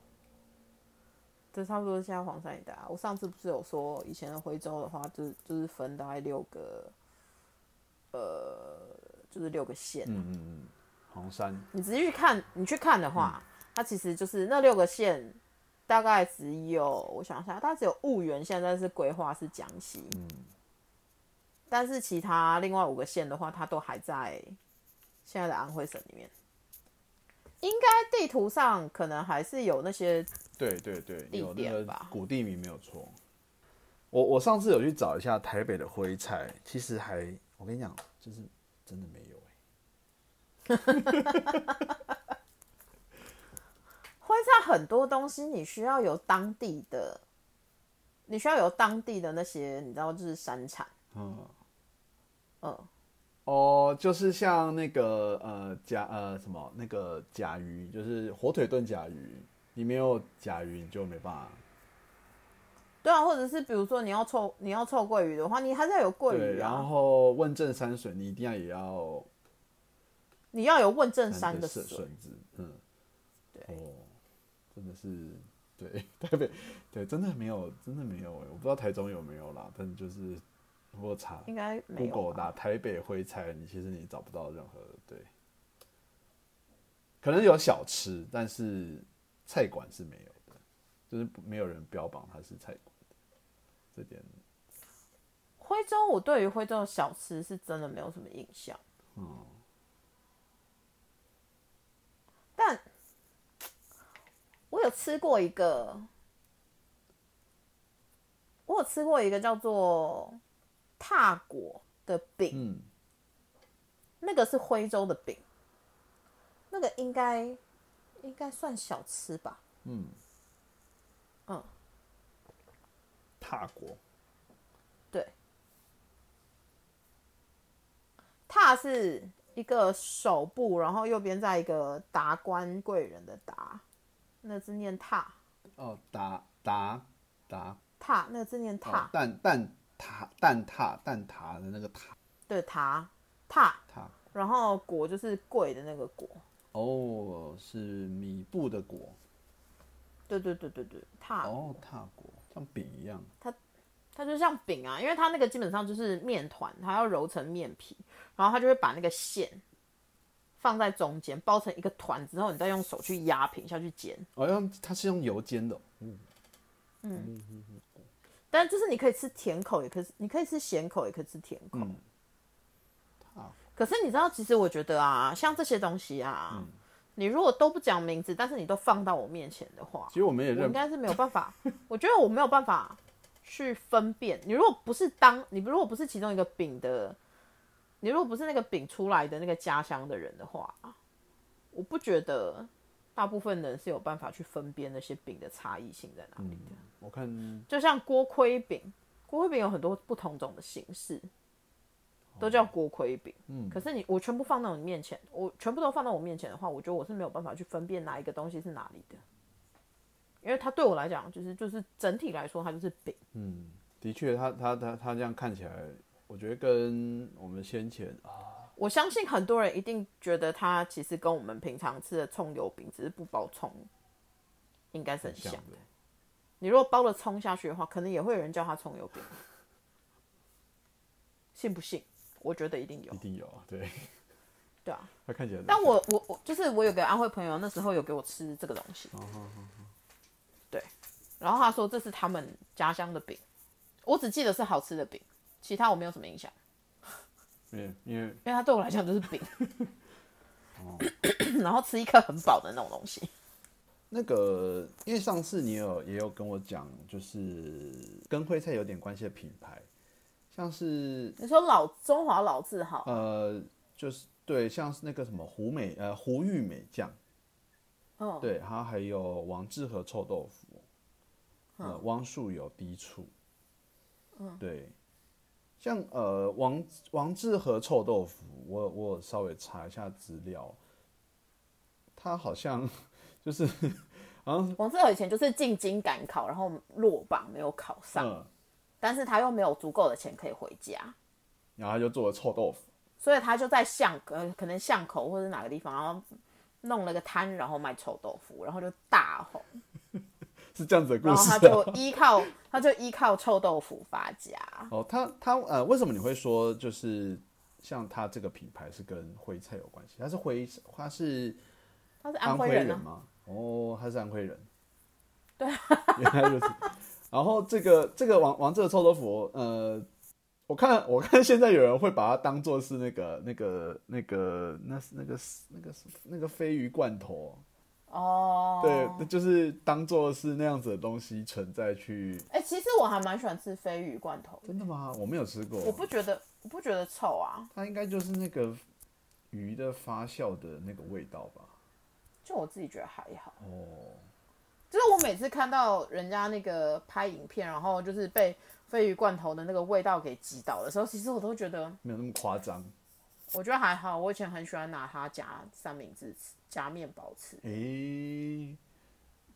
[SPEAKER 3] 这差不多是现在黄山一带啊。我上次不是有说，以前的徽州的话，就是就是分大概六个，呃，就是六个县。
[SPEAKER 2] 嗯嗯嗯，黄山，
[SPEAKER 3] 你仔细看，你去看的话，
[SPEAKER 2] 嗯
[SPEAKER 3] 它其实就是那六个县，大概只有我想一下，它只有婺源现在是规划是江西，
[SPEAKER 2] 嗯
[SPEAKER 3] 但是其他另外五个县的话，它都还在现在的安徽省里面。应该地图上可能还是有那些
[SPEAKER 2] 对对对，
[SPEAKER 3] 地
[SPEAKER 2] 有那
[SPEAKER 3] 点
[SPEAKER 2] 个
[SPEAKER 3] 吧
[SPEAKER 2] 古地名没有错。我我上次有去找一下台北的徽菜，其实还我跟你讲，就是真的没有哎、
[SPEAKER 3] 徽菜很多东西，你需要有当地的，你需要有当地的那些，你知道就是山产，
[SPEAKER 2] 嗯，
[SPEAKER 3] 嗯，
[SPEAKER 2] 哦，就是像那个呃甲呃什么那个甲鱼，就是火腿炖甲鱼，你没有甲鱼你就没办法。
[SPEAKER 3] 对啊，或者是比如说你要臭你要臭鳜鱼的话，你还是要有鳜
[SPEAKER 2] 对，
[SPEAKER 3] 鱼
[SPEAKER 2] 然
[SPEAKER 3] 啊，
[SPEAKER 2] 后问政山水你一定要也要
[SPEAKER 3] 你要有问政山的
[SPEAKER 2] 笋
[SPEAKER 3] 水，
[SPEAKER 2] 笋子，嗯，
[SPEAKER 3] 对
[SPEAKER 2] 哦，真的是对 台北对真的没有真的没有哎、我不知道台中有没有啦，但就是如果查
[SPEAKER 3] 应该没有
[SPEAKER 2] Google
[SPEAKER 3] 吧。
[SPEAKER 2] 打台北徽菜，你其实你找不到任何的对，可能有小吃，但是菜馆是没有的，就是不没有人标榜它是菜馆的，这点
[SPEAKER 3] 徽州，我对于徽州的小吃是真的没有什么印象，
[SPEAKER 2] 嗯
[SPEAKER 3] 但我有吃过一个，我有吃过一个叫做踏果的饼，
[SPEAKER 2] 嗯
[SPEAKER 3] 那个是徽州的饼，那个应该应该算小吃吧？
[SPEAKER 2] 嗯
[SPEAKER 3] 嗯，
[SPEAKER 2] 踏国
[SPEAKER 3] 对。踏是一个手部，然后右边在一个达官贵人的达，那字念踏
[SPEAKER 2] 哦达达达
[SPEAKER 3] 踏，那字念踏，
[SPEAKER 2] 哦蛋蛋挞蛋挞蛋挞的那个挞
[SPEAKER 3] 对塔踏，
[SPEAKER 2] 挞
[SPEAKER 3] 然后果就是贵的那个果，
[SPEAKER 2] 哦，是米布的果
[SPEAKER 3] 对对对对对，踏，
[SPEAKER 2] 哦，踏果像饼一样，
[SPEAKER 3] 它就像饼啊，因为它那个基本上就是面团，它要揉成面皮，然后它就会把那个馅放在中间，包成一个团之后，你再用手去压平下去煎。
[SPEAKER 2] 哦，用它是用油煎的哦，
[SPEAKER 3] 但就是你可以吃甜口，也可以你可以吃咸口，也可以吃甜口。
[SPEAKER 2] 嗯踏
[SPEAKER 3] 可是你知道，其实我觉得啊，像这些东西啊，你如果都不讲名字，但是你都放到我面前的话
[SPEAKER 2] 其，实我们也
[SPEAKER 3] 我
[SPEAKER 2] 认
[SPEAKER 3] 应该是没有办法，我觉得我没有办法去分辨。你如果不是当你如果不是其中一个饼的，你如果不是那个饼出来的那个家乡的人的话，我不觉得大部分人是有办法去分辨那些饼的差异性在哪里的。
[SPEAKER 2] 我看
[SPEAKER 3] 就像锅盔饼，锅盔饼有很多不同种的形式，都叫锅盔饼。
[SPEAKER 2] 嗯
[SPEAKER 3] 可是你我全部放到你面前，我全部都放到我面前的话，我觉得我是没有办法去分辨哪一个东西是哪里的，因为它对我来讲就是就是整体来说它就是饼。
[SPEAKER 2] 嗯，的确，它它它它这样看起来，我觉得跟我们先前啊，
[SPEAKER 3] 我相信很多人一定觉得它其实跟我们平常吃的葱油饼只是不包葱，应该是很像
[SPEAKER 2] 像
[SPEAKER 3] 的。
[SPEAKER 2] 的，
[SPEAKER 3] 你如果包了葱下去的话，可能也会有人叫它葱油 饼，信不信？我觉得一定有
[SPEAKER 2] 一，定有啊，对，
[SPEAKER 3] 对啊。
[SPEAKER 2] 它看起来，
[SPEAKER 3] 但我我我就是我有个安徽朋友，那时候有给我吃这个东
[SPEAKER 2] 哦
[SPEAKER 3] 西，对，然后他说这是他们家乡的饼，我只记得是好吃的饼，其他我没有什么印象，
[SPEAKER 2] 因为因为
[SPEAKER 3] 因为它对我来讲就是饼，
[SPEAKER 2] 哦
[SPEAKER 3] 然后吃一颗很饱的那种东西。
[SPEAKER 2] 那个，因为上次你有也有跟我讲，就是跟徽菜有点关系的品牌，像是
[SPEAKER 3] 你说老中华老字号，
[SPEAKER 2] 呃，就是对，像是那个什么胡美呃胡玉美酱，
[SPEAKER 3] 嗯，
[SPEAKER 2] 对，然后还有王致和臭豆腐，呃，
[SPEAKER 3] 嗯
[SPEAKER 2] 汪树有低处，嗯，对，像呃王王致和臭豆腐，我我有稍微查一下资料，它好像就是
[SPEAKER 3] 王志和以前就是进京赶考，然后落榜没有考上，
[SPEAKER 2] 嗯，
[SPEAKER 3] 但是他又没有足够的钱可以回家，
[SPEAKER 2] 然后他就做了臭豆腐。
[SPEAKER 3] 所以他就在巷呃可能巷口或者哪个地方，然后弄了个摊，然后卖臭豆腐，然后就大红。
[SPEAKER 2] 是这样子的故
[SPEAKER 3] 然后
[SPEAKER 2] 事、
[SPEAKER 3] 它
[SPEAKER 2] 啊。
[SPEAKER 3] 就依靠它就依靠臭豆腐发家。
[SPEAKER 2] 哦，它它呃，为什么你会说就是像它这个品牌是跟徽菜有关系？它是徽，它是
[SPEAKER 3] 他是
[SPEAKER 2] 安
[SPEAKER 3] 徽人啊，
[SPEAKER 2] 吗？哦，他是安 徽人。对， 原来如此。然后这个这个王王这个臭豆腐，呃，我看我看现在有人会把它当做是那个那个那个那那个那个那个鲱鱼罐头，
[SPEAKER 3] 哦，
[SPEAKER 2] 对，就是当做是那样子的东西存在去。
[SPEAKER 3] 哎、其实我还蛮喜欢吃鲱鱼罐头的，
[SPEAKER 2] 真的吗？我没有吃过。
[SPEAKER 3] 我不觉得我不觉得臭啊，
[SPEAKER 2] 它应该就是那个鱼的发酵的那个味道吧？
[SPEAKER 3] 就我自己觉得还好。
[SPEAKER 2] 哦，
[SPEAKER 3] 就是我每次看到人家那个拍影片，然后就是被鲱鱼罐头的那个味道给击倒的时候，其实我都觉得，
[SPEAKER 2] 没有那么夸张。
[SPEAKER 3] 我觉得还好。我以前很喜欢拿它夹三明治吃，夹面包吃。
[SPEAKER 2] 诶、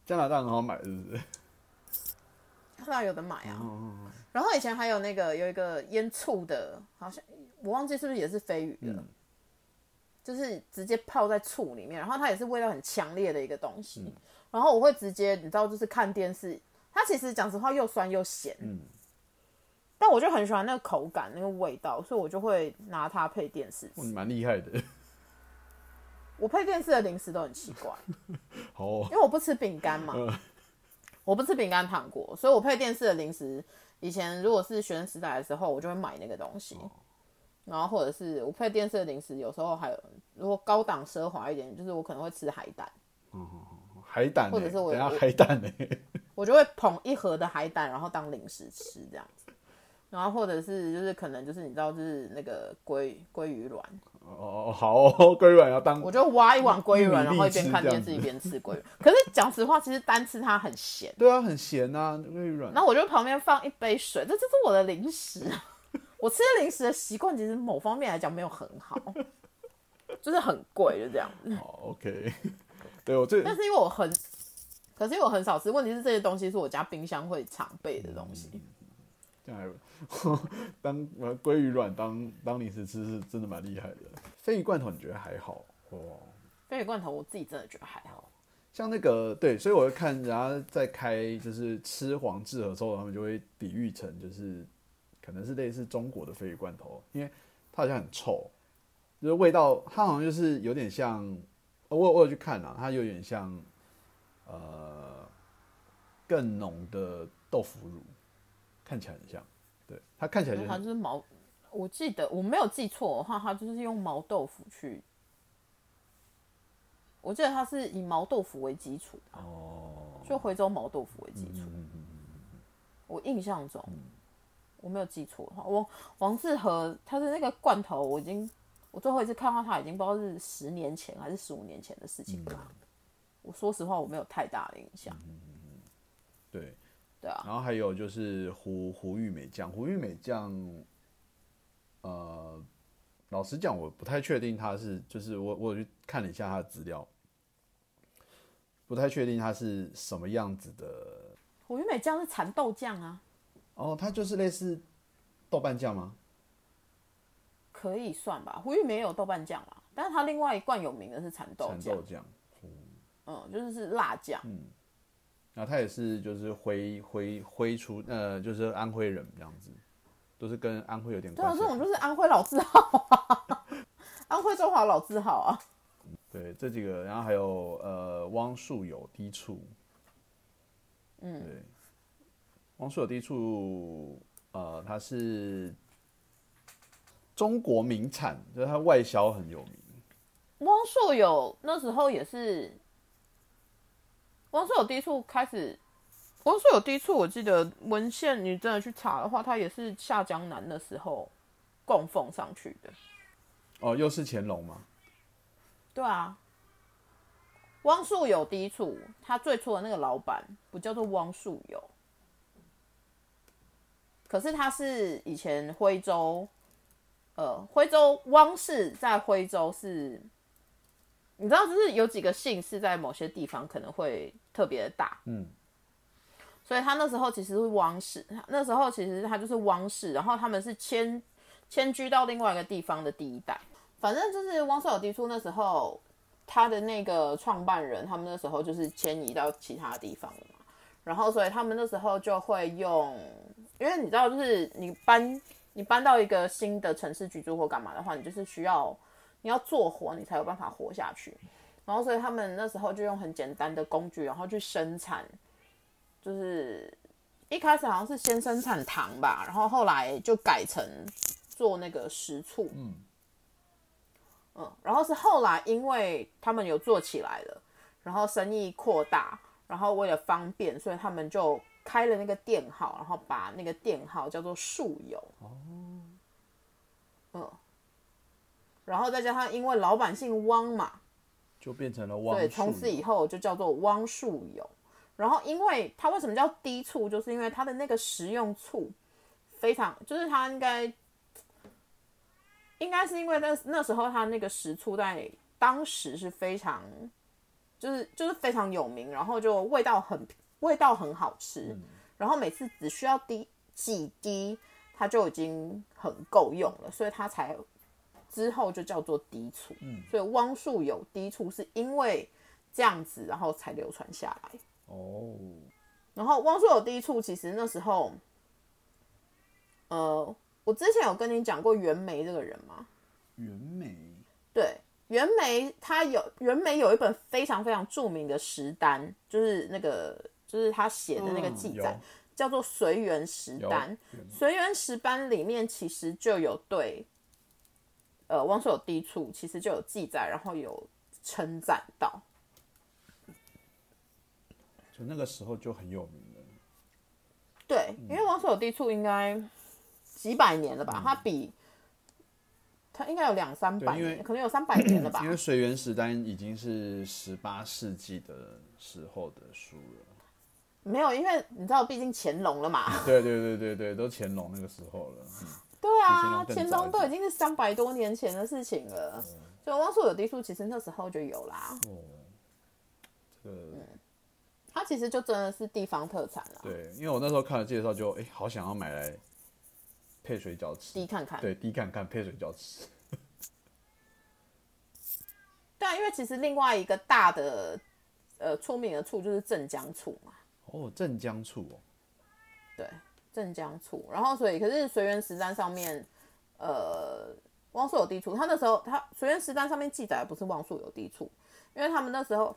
[SPEAKER 2] 加拿大很好买，是不是？
[SPEAKER 3] 后来有的买啊。
[SPEAKER 2] 哦，
[SPEAKER 3] 然后以前还有那个有一个腌醋的，好像我忘记是不是也是鲱鱼了，
[SPEAKER 2] 嗯
[SPEAKER 3] 就是直接泡在醋里面，然后它也是味道很强烈的一个东
[SPEAKER 2] 嗯
[SPEAKER 3] 西。然后我会直接，你知道，就是看电视，它其实讲实话又酸又咸，
[SPEAKER 2] 嗯，
[SPEAKER 3] 但我就很喜欢那个口感、那个味道，所以我就会拿它配电视
[SPEAKER 2] 哇
[SPEAKER 3] 吃。
[SPEAKER 2] 哦你蛮厉害的。
[SPEAKER 3] 我配电视的零食都很奇怪，
[SPEAKER 2] 好、哦，
[SPEAKER 3] 因为我不吃饼干嘛，
[SPEAKER 2] 嗯
[SPEAKER 3] 我不吃饼干糖果，所以我配电视的零食，以前如果是学生时代的时候，我就会买那个东西。
[SPEAKER 2] 哦
[SPEAKER 3] 然后或者是我配电视的零食，有时候还有如果高档奢华一点，就是我可能会吃海胆，
[SPEAKER 2] 海胆、欸，
[SPEAKER 3] 或者是我
[SPEAKER 2] 等一下
[SPEAKER 3] 我
[SPEAKER 2] 海胆呢、欸？
[SPEAKER 3] 我就会捧一盒的海胆，然后当零食吃这样子。然后或者是就是可能就是你知道就是那个鲑鲑鱼卵，
[SPEAKER 2] 哦，好哦，龟卵要当
[SPEAKER 3] 我就挖一碗鲑鱼
[SPEAKER 2] 玉米
[SPEAKER 3] 卵，
[SPEAKER 2] 粒
[SPEAKER 3] 然后一边
[SPEAKER 2] 吃
[SPEAKER 3] 看
[SPEAKER 2] 这样
[SPEAKER 3] 电
[SPEAKER 2] 子
[SPEAKER 3] 视一边吃鲑鱼。可是讲实话，其实单吃它很咸。
[SPEAKER 2] 对啊，很咸呐、啊，龟卵。
[SPEAKER 3] 然后我就旁边放一杯水，这这是我的零食。我吃零食的习惯，其实某方面来讲没有很好，就是很贵，就这样。
[SPEAKER 2] 好，OK。对 我最
[SPEAKER 3] 但是因为我很，可是因为我很少吃，问题是这些东西是我家冰箱会常备的东西。
[SPEAKER 2] 这样还当呃鲑鱼卵当当零食吃是真的蛮厉害的。鲱鱼罐头你觉得还好哦？
[SPEAKER 3] 鲱鱼罐头我自己真的觉得还好，
[SPEAKER 2] 像那个对，所以我会看人家在开就是吃黄志和之后，他们就会比喻成就是可能是类似中国的鲱鱼罐头，因为它好像很臭，就是味道它好像就是有点像，呃我我有去看啊，它有点像呃更浓的豆腐乳，看起来很像，对，它看起来
[SPEAKER 3] 因
[SPEAKER 2] 就
[SPEAKER 3] 为
[SPEAKER 2] 很
[SPEAKER 3] 它就是毛，我记得我没有记错的话，它就是用毛豆腐去，我记得它是以毛豆腐为基础的，
[SPEAKER 2] 哦，
[SPEAKER 3] 就回州毛豆腐为基础。
[SPEAKER 2] 嗯嗯
[SPEAKER 3] 我印象中，我没有记错的话，王王致和他的那个罐头，我已经我最后一次看到他已经不知道是十年前还是十五年前的事情吧。
[SPEAKER 2] 嗯
[SPEAKER 3] 我说实话，我没有太大的印象。
[SPEAKER 2] 对，
[SPEAKER 3] 对啊，
[SPEAKER 2] 然后还有就是胡胡玉美酱，胡玉美酱，呃，老实讲，我不太确定它是，就是我我有去看了一下它的资料，不太确定它是什么样子的。
[SPEAKER 3] 胡玉美酱是蚕豆酱啊，
[SPEAKER 2] 哦，它就是类似豆瓣酱吗？
[SPEAKER 3] 可以算吧。胡玉美也有豆瓣酱啦，但是它另外一罐有名的是蚕豆
[SPEAKER 2] 蚕
[SPEAKER 3] 酱
[SPEAKER 2] 豆，酱。
[SPEAKER 3] 嗯，就是是辣酱。
[SPEAKER 2] 然后他也是就是徽徽徽出，呃，就是安徽人这样子，都是嗯跟安徽有点
[SPEAKER 3] 对啊，
[SPEAKER 2] 关系
[SPEAKER 3] 这
[SPEAKER 2] 的。
[SPEAKER 3] 种就是安徽老字号啊， 安徽中华老字号啊。
[SPEAKER 2] 对，这几个，然后还有呃，汪树有低处，嗯，对，汪树有低处，呃，它是中国名产，就是它外销很有名。
[SPEAKER 3] 汪硕有那时候也是，汪硕有第一处开始，汪硕有第一处，我记得文献你真的去查的话，它也是下江南的时候供奉上去的。
[SPEAKER 2] 哦，又是乾隆嘛？
[SPEAKER 3] 对啊，汪树有第一处，他最初的那个老板不叫做汪树有，可是他是以前徽州，呃，徽州汪氏在徽州是，你知道，就是有几个姓氏在某些地方可能会特别的大，
[SPEAKER 2] 嗯，
[SPEAKER 3] 所以他那时候其实是汪氏，他那时候其实他就是汪氏，然后他们是迁迁居到另外一个地方的第一代。反正就是汪少有提出那时候他的那个创办人，他们那时候就是迁移到其他地方了嘛。然后所以他们那时候就会用，因为你知道，就是你搬你搬到一个新的城市居住或干嘛的话，你就是需要你要做活，你才有办法活下去。然后所以他们那时候就用很简单的工具，然后去生产，就是一开始好像是先生产糖吧，然后后来就改成做那个食醋，嗯然后是后来因为他们有做起来了，然后生意扩大，然后为了方便，所以他们就开了那个店号，然后把那个店号叫做树友，嗯，然后再加上因为老板姓汪嘛，
[SPEAKER 2] 就变成了汪
[SPEAKER 3] 对，
[SPEAKER 2] 树。
[SPEAKER 3] 从此以后就叫做汪树油。然后，因为它为什么叫低醋，就是因为它的那个食用醋非常，就是它应该应该是因为那那时候它那个食醋在当时是非常，就是就是非常有名，然后就味道很味道很好吃，
[SPEAKER 2] 嗯
[SPEAKER 3] 然后每次只需要滴几滴，它就已经很够用了，所以它才之后就叫做低醋。所以汪树有低处是因为这样子，然后才流传下来。
[SPEAKER 2] 哦，
[SPEAKER 3] 然后汪苏有低处，其实那时候，呃，我之前有跟你讲过袁枚这个人吗？
[SPEAKER 2] 袁枚
[SPEAKER 3] 对，袁枚他有袁枚有一本非常非常著名的食单，就是那个就是他写的那个记
[SPEAKER 2] 嗯有
[SPEAKER 3] 载，叫做《随园食
[SPEAKER 2] 啊有
[SPEAKER 3] 单》。《随园食单》里面其实就有对，呃，汪苏有低处其实就有记载，然后有称赞到。
[SPEAKER 2] 就那个时候就很有名了。
[SPEAKER 3] 对，
[SPEAKER 2] 嗯
[SPEAKER 3] 因为王守地处应该几百年了吧？它比它应该有两三百
[SPEAKER 2] 对因为
[SPEAKER 3] 年，可能有三百年了 吧
[SPEAKER 2] 因？为水原史丹已经是十八世纪的时候的书了。
[SPEAKER 3] 没有，因为你知道，毕竟乾隆了嘛。
[SPEAKER 2] 对对对对对，都乾隆那个时候了。嗯
[SPEAKER 3] 对啊，
[SPEAKER 2] 比
[SPEAKER 3] 乾
[SPEAKER 2] 乾隆
[SPEAKER 3] 隆
[SPEAKER 2] 更早一点嗯
[SPEAKER 3] 都已经是三百多年前的事情了。所以汪苏有地处其实那时候就有啦，
[SPEAKER 2] 这个
[SPEAKER 3] 它其实就真的是地方特产啦，
[SPEAKER 2] 对，因为我那时候看了介绍就，哎，好想要买来配水饺吃。
[SPEAKER 3] 低看看。
[SPEAKER 2] 对，低看看配水饺吃。
[SPEAKER 3] 对啊，因为其实另外一个大的呃出名的醋就是镇江醋嘛，
[SPEAKER 2] 哦，镇江醋哦，
[SPEAKER 3] 对，镇江醋。然后所以可是随园食单上面，呃，汪苏有地处，他那时候他随园食单上面记载的不是汪苏有地处，因为他们那时候，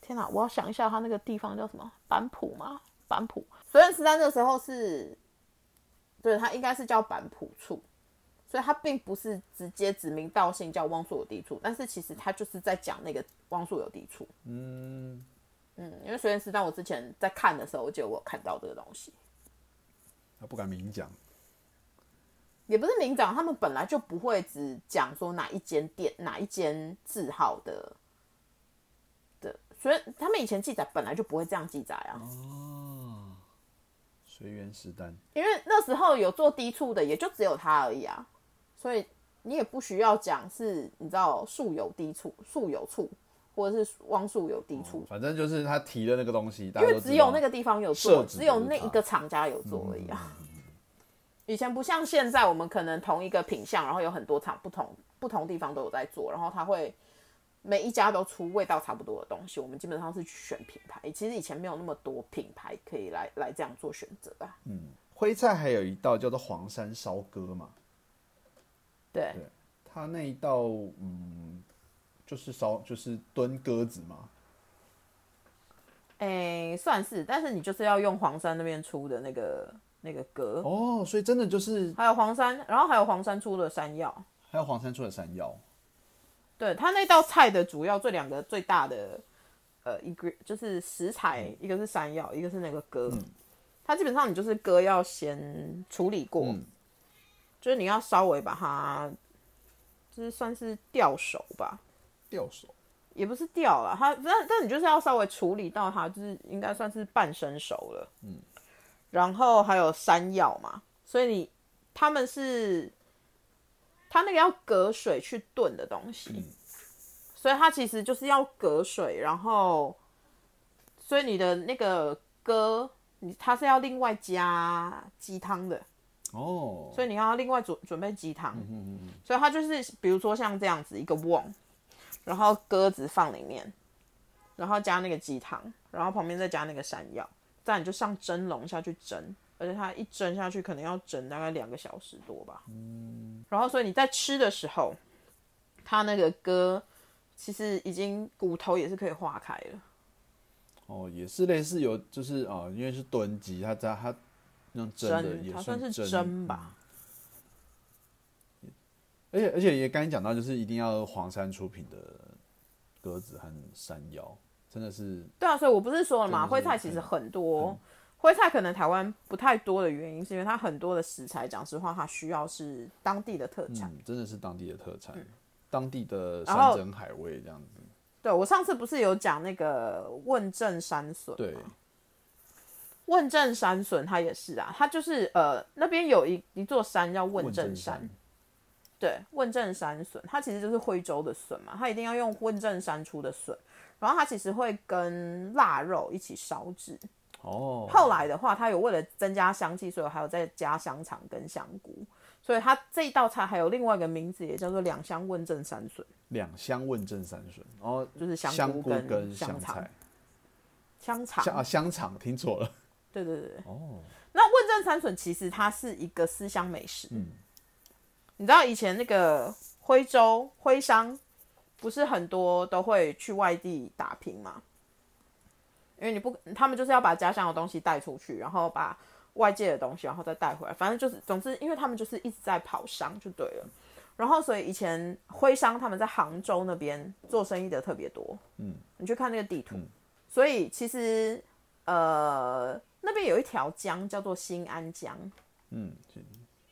[SPEAKER 3] 天哪，我要想一下他那个地方叫什么板浦吗？板浦随园食单那时候是，对，它应该是叫板浦处。所以它并不是直接指名道姓叫汪苏有地处，但是其实它就是在讲那个汪苏有地处。嗯嗯，因为随园食单我之前在看的时候，我记得我有看到这个东西。
[SPEAKER 2] 他不敢明讲。
[SPEAKER 3] 也不是明讲，他们本来就不会只讲说哪一间店、哪一间字号的的，所以他们以前记载本来就不会这样记载啊。
[SPEAKER 2] 随原史丹，
[SPEAKER 3] 因为那时候有做低处的，也就只有他而已啊，所以你也不需要讲是，你知道树有低处、树有处，或者是汪树有低处，
[SPEAKER 2] 哦反正就是他提的那个东西，大
[SPEAKER 3] 因
[SPEAKER 2] 家
[SPEAKER 3] 为
[SPEAKER 2] 都
[SPEAKER 3] 只
[SPEAKER 2] 知
[SPEAKER 3] 有
[SPEAKER 2] 道
[SPEAKER 3] 那个地方有
[SPEAKER 2] 设
[SPEAKER 3] 做，
[SPEAKER 2] 置
[SPEAKER 3] 只
[SPEAKER 2] 的
[SPEAKER 3] 有
[SPEAKER 2] 是
[SPEAKER 3] 那
[SPEAKER 2] 它
[SPEAKER 3] 一个厂家有做而已啊。
[SPEAKER 2] 嗯
[SPEAKER 3] 以前不像现在，我们可能同一个品相，然后有很多厂不同不同地方都有在做，然后它会每一家都出味道差不多的东西。我们基本上是去选品牌，其实以前没有那么多品牌可以来来这样做选择啊。
[SPEAKER 2] 徽菜还有一道叫做黄山烧鸽嘛，
[SPEAKER 3] 对
[SPEAKER 2] 对它那一道嗯，就是烧就是炖鸽子嘛，
[SPEAKER 3] 诶、哎算是，但是你就是要用黄山那边出的那个那个格，
[SPEAKER 2] 哦，所以真的就是
[SPEAKER 3] 还有黄山，然后还有黄山出的山药。
[SPEAKER 2] 还有黄山出的山药，
[SPEAKER 3] 对，它那道菜的主要这两个最大的呃一个就是食材，一个是山药，一个是那个鸽。它基本上你就是鸽要先处理过，
[SPEAKER 2] 嗯
[SPEAKER 3] 就是你要稍微把它，就是算是吊熟吧，
[SPEAKER 2] 吊手
[SPEAKER 3] 也不是掉了，它但但你就是要稍微处理到它，就是应该算是半生熟了。嗯，然后还有山药嘛，所以你他们是它那个要隔水去炖的东西，所以它其实就是要隔水，然后所以你的那个鸽，你它是要另外加鸡汤的。
[SPEAKER 2] 哦，
[SPEAKER 3] 所以你要另外准准备鸡汤。所以它就是比如说像这样子一个瓮，然后鸽子放里面，然后加那个鸡汤，然后旁边再加那个山药，再你就上蒸笼下去蒸，而且它一蒸下去可能要蒸大概两个小时多吧。然后所以你在吃的时候，它那个割其实已经骨头也是可以化开了。
[SPEAKER 2] 哦，也是类似有就是啊、因为是炖鸡，它在它那种蒸的
[SPEAKER 3] 蒸
[SPEAKER 2] 也
[SPEAKER 3] 它
[SPEAKER 2] 算
[SPEAKER 3] 算是
[SPEAKER 2] 蒸
[SPEAKER 3] 蒸吧。
[SPEAKER 2] 而且而且也刚才讲到，就是一定要黄山出品的鸽子和山药，真的是
[SPEAKER 3] 对啊，所以我不是说了嘛，
[SPEAKER 2] 真的
[SPEAKER 3] 徽
[SPEAKER 2] 是
[SPEAKER 3] 菜其实很多，徽菜可能台湾不太多的原因，是因为它很多的食材，讲实话，它需要是当地的特产。嗯
[SPEAKER 2] 嗯，真的是当地的特产，当地的
[SPEAKER 3] 然
[SPEAKER 2] 山
[SPEAKER 3] 后
[SPEAKER 2] 珍海味这样子。
[SPEAKER 3] 对我上次不是有讲那个问政山笋吗？
[SPEAKER 2] 对，
[SPEAKER 3] 问政山笋它也是啊，它就是呃那边有一一座山叫问
[SPEAKER 2] 问
[SPEAKER 3] 政
[SPEAKER 2] 政
[SPEAKER 3] 山，对，问政山笋，它其实就是徽州的笋嘛，它一定要用问政山出的笋，然后它其实会跟腊肉一起烧制。
[SPEAKER 2] 哦，
[SPEAKER 3] 后来的话，它有为了增加香气，所以还有再加香肠跟香菇，所以它这一道菜还有另外一个名字，也叫做两香问政山笋，
[SPEAKER 2] 两香问政山笋，哦，
[SPEAKER 3] 就是香
[SPEAKER 2] 香
[SPEAKER 3] 菇跟
[SPEAKER 2] 跟
[SPEAKER 3] 香肠
[SPEAKER 2] 菜，
[SPEAKER 3] 香肠。
[SPEAKER 2] 香啊香肠听错了，
[SPEAKER 3] 对对对对。
[SPEAKER 2] 哦，
[SPEAKER 3] 那问政山笋其实它是一个思乡美食。
[SPEAKER 2] 嗯
[SPEAKER 3] 你知道以前那个徽州徽商，不是很多都会去外地打拼嘛？因为你不，他们就是要把家乡的东西带出去，然后把外界的东西，然后再带回来。反正就是，总之，因为他们就是一直在跑商就对了。然后，所以以前徽商他们在杭州那边做生意的特别多。
[SPEAKER 2] 嗯，
[SPEAKER 3] 你去看那个地图，所以其实呃，那边有一条江叫做新安江，
[SPEAKER 2] 嗯，是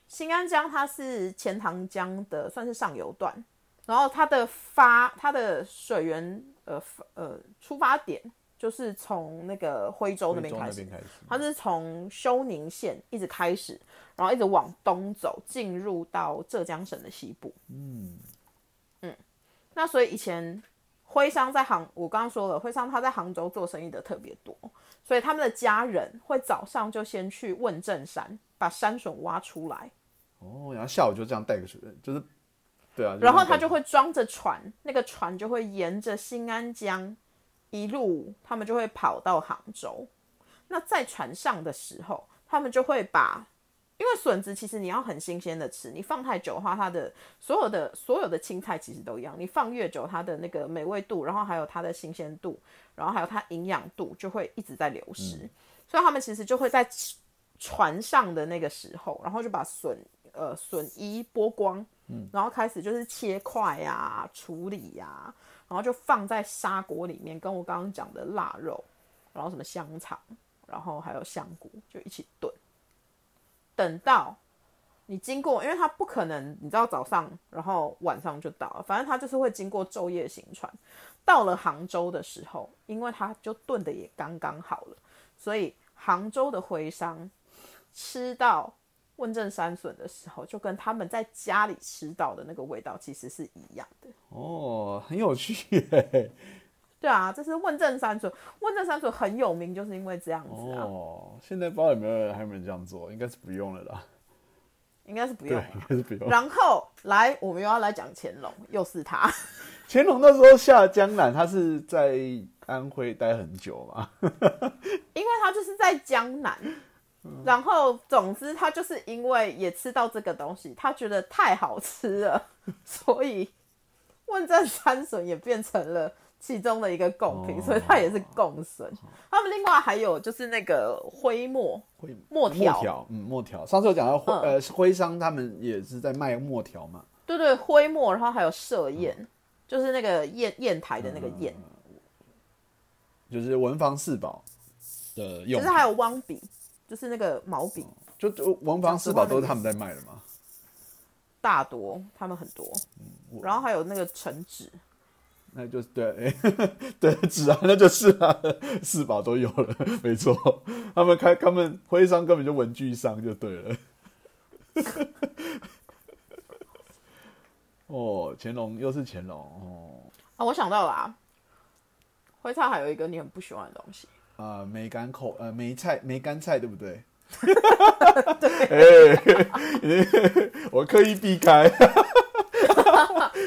[SPEAKER 3] 新安江它是钱塘江的算是上游段，然后它的发它的水源呃发呃出发点就是从那个徽州
[SPEAKER 2] 贵
[SPEAKER 3] 那边
[SPEAKER 2] 州
[SPEAKER 3] 开
[SPEAKER 2] 那
[SPEAKER 3] 始
[SPEAKER 2] 边，开始，
[SPEAKER 3] 它是从休宁县一直开始，然后一直往东走，进入到浙江省的西部。嗯那所以以前徽商在杭，我刚刚说了，徽商他在杭州做生意的特别多，所以他们的家人会早上就先去问政山，把山笋挖出来，
[SPEAKER 2] 哦，然后下午就这样带个水，就是对啊，
[SPEAKER 3] 然后
[SPEAKER 2] 这样
[SPEAKER 3] 他就
[SPEAKER 2] 带
[SPEAKER 3] 会装着船，那个船就会沿着新安江一路，他们就会跑到杭州。那在船上的时候，他们就会把，因为笋子其实你要很新鲜的吃，你放太久的话，它的所有的所有的青菜其实都一样，你放越久，它的那个美味度，然后还有它的新鲜度，然后还有它营养度就会一直在流失。所以他们其实就会在船上的那个时候，然后就把笋呃笋衣剥光，然后开始就是切块啊呀、处理呀、啊然后就放在砂锅里面，跟我刚刚讲的腊肉，然后什么香肠，然后还有香菇，就一起炖。等到你经过，因为它不可能，你知道早上，然后晚上就到了，反正它就是会经过昼夜行船。到了杭州的时候，因为它就炖的也刚刚好了，所以杭州的徽商吃到问政山笋的时候，就跟他们在家里吃到的那个味道其实是一样的。
[SPEAKER 2] 哦，很有趣 耶，
[SPEAKER 3] 对啊，这是问政山笋，问政山笋很有名，就是因为这样子啊，
[SPEAKER 2] 哦，现在不知道有没有人还有没有人这样做，应该是不用了啦，
[SPEAKER 3] 应该是不用
[SPEAKER 2] 对，
[SPEAKER 3] 了。
[SPEAKER 2] 应该是不用。
[SPEAKER 3] 然后来，我们又要来讲乾隆，又是他。
[SPEAKER 2] 乾隆那时候下江南，他是在安徽待很久嘛，
[SPEAKER 3] 因为他就是在江南，然后总之他就是因为也吃到这个东西，他觉得太好吃了，所以问政山笋也变成了其中的一个贡品，
[SPEAKER 2] 哦
[SPEAKER 3] 所以它也是贡笋。他们另外还有就是那个徽末，
[SPEAKER 2] 会
[SPEAKER 3] 墨条
[SPEAKER 2] 条，嗯，墨条。上次有讲到徽、
[SPEAKER 3] 嗯
[SPEAKER 2] 呃徽商他们也是在卖墨条嘛，
[SPEAKER 3] 对对，徽末，然后还有设宴，就是那个砚砚台的那个砚，
[SPEAKER 2] 就是文房四宝的
[SPEAKER 3] 就
[SPEAKER 2] 用
[SPEAKER 3] 是，还有汪笔，就是那个毛笔，
[SPEAKER 2] 就就文房四宝都是他们在卖的嘛。
[SPEAKER 3] 大多他们很多，然后还有那个橙纸。
[SPEAKER 2] 那就是对， 对，纸啊，那就是啊，四宝都有了，没错。他们开他们徽商根本就文具商就对了。 哦，乾隆又是乾隆哦。
[SPEAKER 3] 啊，我想到了啊，徽菜还有一个你很不喜欢的东西，
[SPEAKER 2] 啊、梅干口呃梅菜梅干菜对不对？ 对， 我刻意避开。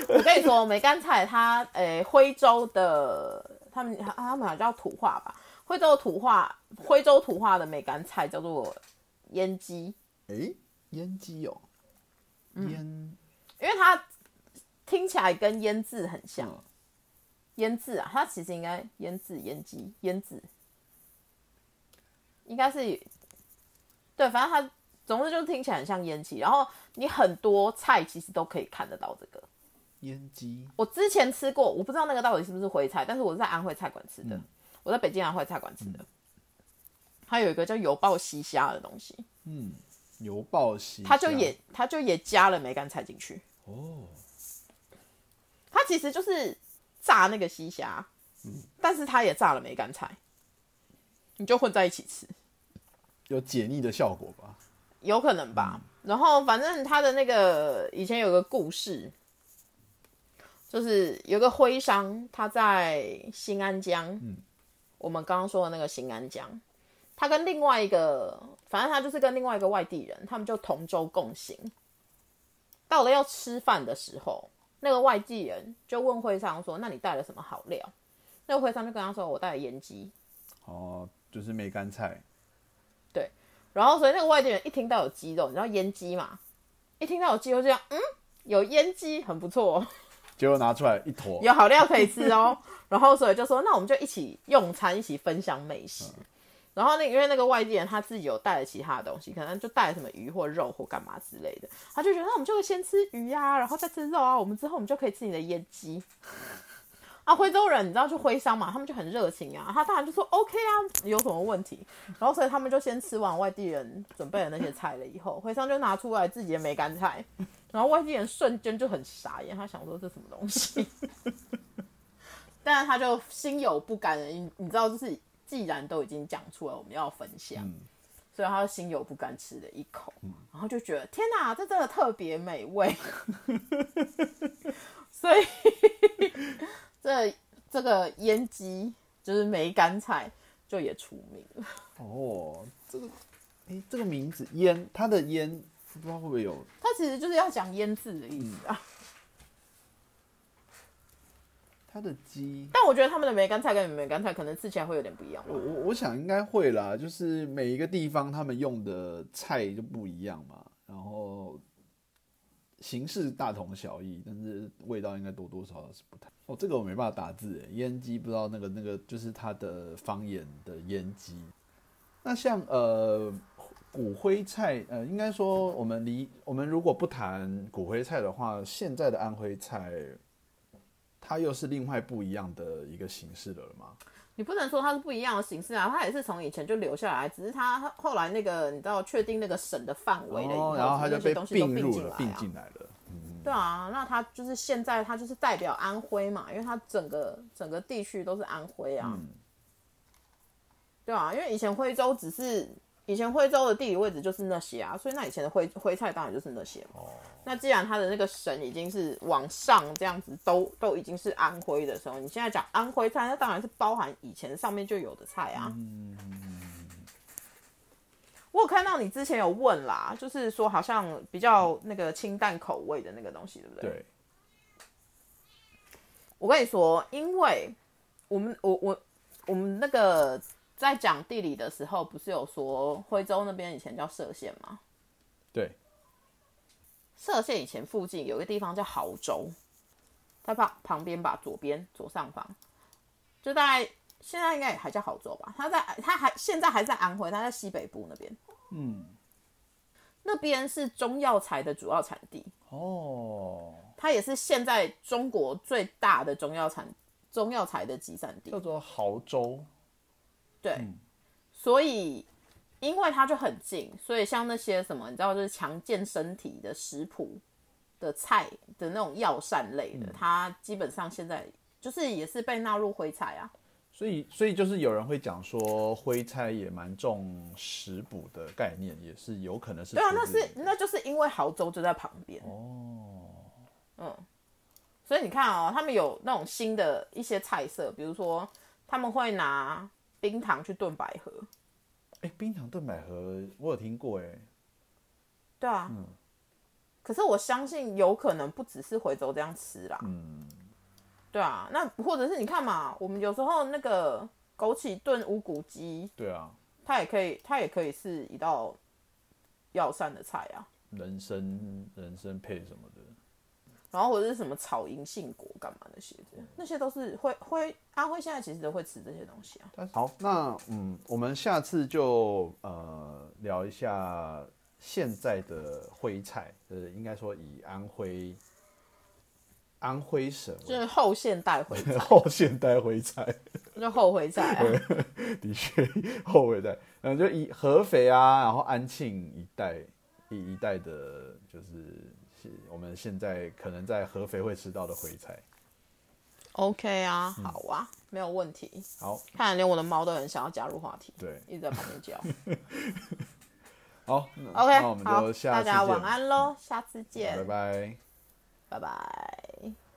[SPEAKER 3] 我跟你说，梅干菜它，诶、徽州的他们他们好像叫土话吧，徽州的土话徽州土话的梅干菜叫做腌鸡，
[SPEAKER 2] 诶，腌鸡哦，
[SPEAKER 3] 嗯
[SPEAKER 2] 腌
[SPEAKER 3] 因为它听起来跟腌制很像。
[SPEAKER 2] 嗯
[SPEAKER 3] 腌制啊，它其实应该腌制、腌鸡、腌制，应该是对，反正它总之就听起来很像腌鸡。然后你很多菜其实都可以看得到这个。
[SPEAKER 2] 腌鸡，
[SPEAKER 3] 我之前吃过，我不知道那个到底是不是徽菜，但是我是在安徽菜馆吃的，
[SPEAKER 2] 嗯
[SPEAKER 3] 我在北京安徽菜馆吃的。它有一个叫油爆西虾的东西，
[SPEAKER 2] 嗯，油爆西虾，
[SPEAKER 3] 它就也它就也加了梅干菜进去。
[SPEAKER 2] 哦，
[SPEAKER 3] 它其实就是炸那个西虾，
[SPEAKER 2] 嗯
[SPEAKER 3] 但是它也炸了梅干菜，你就混在一起吃，
[SPEAKER 2] 有解腻的效果吧？
[SPEAKER 3] 有可能吧。然后反正它的那个以前有个故事，就是有个徽商，他在新安江，我们刚刚说的那个新安江，他跟另外一个，反正他就是跟另外一个外地人，他们就同舟共行。到了要吃饭的时候，那个外地人就问徽商说：“那你带了什么好料？”那个徽商就跟他说：“我带了盐鸡。
[SPEAKER 2] 哦，就是梅干菜，”
[SPEAKER 3] 然后所以那个外地人一听到有鸡肉，你知道腌鸡嘛？一听到有鸡肉就这样，嗯，有腌鸡很不错、哦，
[SPEAKER 2] 结果拿出来一坨，
[SPEAKER 3] 有好料可以吃哦。然后所以就说，那我们就一起用餐，一起分享美食。然后那因为那个外地人他自己有带了其他的东西，可能就带了什么鱼或肉或干嘛之类的，他就觉得那我们就先吃鱼呀、然后再吃肉啊，我们之后我们就可以吃你的腌鸡。啊，徽州人你知道去徽商嘛，他们就很热情啊，他当然就说 OK 啊，有什么问题？然后所以他们就先吃完外地人准备的那些菜了以后，徽商就拿出来自己的梅干菜，然后外地人瞬间就很傻眼，他想说这什么东西，但是他就心有不甘了，你你知道，就是既然都已经讲出来我们要分享，所以他就心有不甘吃了一口，然后就觉得天哪，这真的特别美味，所以这这个腌鸡就是梅干菜就也出名了。
[SPEAKER 2] 哦，这个，诶，这个名字腌，它的腌不知道会不会有
[SPEAKER 3] 它其实就是要讲腌制的意思啊。
[SPEAKER 2] 它的鸡。
[SPEAKER 3] 但我觉得他们的梅干菜跟你们梅干菜可能吃起来会有点不一样吧
[SPEAKER 2] 我。我我想应该会啦，就是每一个地方他们用的菜就不一样嘛，然后形式大同小异，但是味道应该多多少少是不太。哦，这个我没办法打字耶，腌鸡不知道那个那个就是它的方言的腌鸡。那像呃骨灰菜，呃，应该说我们离我们如果不谈骨灰菜的话，现在的安徽菜。它又是另外不一样的一个形式了嘛？
[SPEAKER 3] 你不能说它是不一样的形式啊，它也是从以前就留下来，只是它后来那个你知道确定那个省的范围了以
[SPEAKER 2] 哦，然后它
[SPEAKER 3] 就
[SPEAKER 2] 就被
[SPEAKER 3] 东西都
[SPEAKER 2] 并入
[SPEAKER 3] 进
[SPEAKER 2] 了
[SPEAKER 3] 来，
[SPEAKER 2] 并
[SPEAKER 3] 啊。
[SPEAKER 2] 进来了。
[SPEAKER 3] 对啊，那它就是现在它就是代表安徽嘛，因为它整个整个地区都是安徽
[SPEAKER 2] 嗯
[SPEAKER 3] 啊。对啊，因为以前徽州只是以前徽州的地理位置就是那些啊，所以那以前的徽徽菜当然就是那些嘛。那既然它的那个省已经是往上这样子都都已经是安徽的时候，你现在讲安徽菜，那当然是包含以前上面就有的菜啊。我有看到你之前有问啦，就是说好像比较那个清淡口味的那个东西，对不对？
[SPEAKER 2] 对，
[SPEAKER 3] 我跟你说，因为我们我我我们那个在讲地理的时候，不是有说徽州那边以前叫歙县吗？
[SPEAKER 2] 对，
[SPEAKER 3] 歙县以前附近有个地方叫濠州，它旁旁边吧，左边左上方，就大概现在应该也还叫濠州吧。它在它还现在还在安徽，它在西北部那边。嗯，那边是中药材的主要产地，
[SPEAKER 2] 哦，
[SPEAKER 3] 它也是现在中国最大的中药产中药材的集散地
[SPEAKER 2] 叫。做濠州。
[SPEAKER 3] 对，所以因为它就很近，所以像那些什么，你知道，就是强健身体的食谱的菜的那种药膳类的，它基本上现在就是也是被纳入徽菜啊。
[SPEAKER 2] 所以，所以就是有人会讲说，徽菜也蛮重食补的概念，也是有可能是
[SPEAKER 3] 对啊，
[SPEAKER 2] 出
[SPEAKER 3] 那
[SPEAKER 2] 自
[SPEAKER 3] 是那就是因为濠州就在旁边哦，嗯，所以你看哦，他们有那种新的一些菜色，比如说他们会拿冰糖去炖百合，
[SPEAKER 2] 哎，冰糖炖百合，我有听过哎。
[SPEAKER 3] 对啊，可是我相信有可能不只是回州这样吃啦，
[SPEAKER 2] 嗯
[SPEAKER 3] 对啊，那或者是你看嘛，我们有时候那个枸杞炖无骨鸡，
[SPEAKER 2] 对啊，
[SPEAKER 3] 它也可以，它也可以是一道药膳的菜啊。
[SPEAKER 2] 人参人参配什么的，
[SPEAKER 3] 然后或者是什么草银杏果干嘛那些的，那些都是会会安徽现在其实都会吃这些东西啊。
[SPEAKER 2] 好，那嗯，我们下次就呃聊一下现在的徽菜，呃，应该说以安徽安徽省
[SPEAKER 3] 就
[SPEAKER 2] 为
[SPEAKER 3] 是后现代徽，
[SPEAKER 2] 后现代徽菜，
[SPEAKER 3] 就后徽菜啊。
[SPEAKER 2] 的确后现代，嗯，就以合肥啊，然后安庆一带一一带的，就是是我们现在可能在合肥会吃到的徽菜。
[SPEAKER 3] OK 啊，好啊，没有问题。
[SPEAKER 2] 好，
[SPEAKER 3] 看来连我的猫都很想要加入话题，
[SPEAKER 2] 对，
[SPEAKER 3] 一直在旁边 叫。
[SPEAKER 2] 好嗯那
[SPEAKER 3] OK，
[SPEAKER 2] 那我们
[SPEAKER 3] 好
[SPEAKER 2] 就，下
[SPEAKER 3] 大
[SPEAKER 2] 次见，
[SPEAKER 3] 家晚安喽，下次见，
[SPEAKER 2] 拜拜。
[SPEAKER 3] 拜拜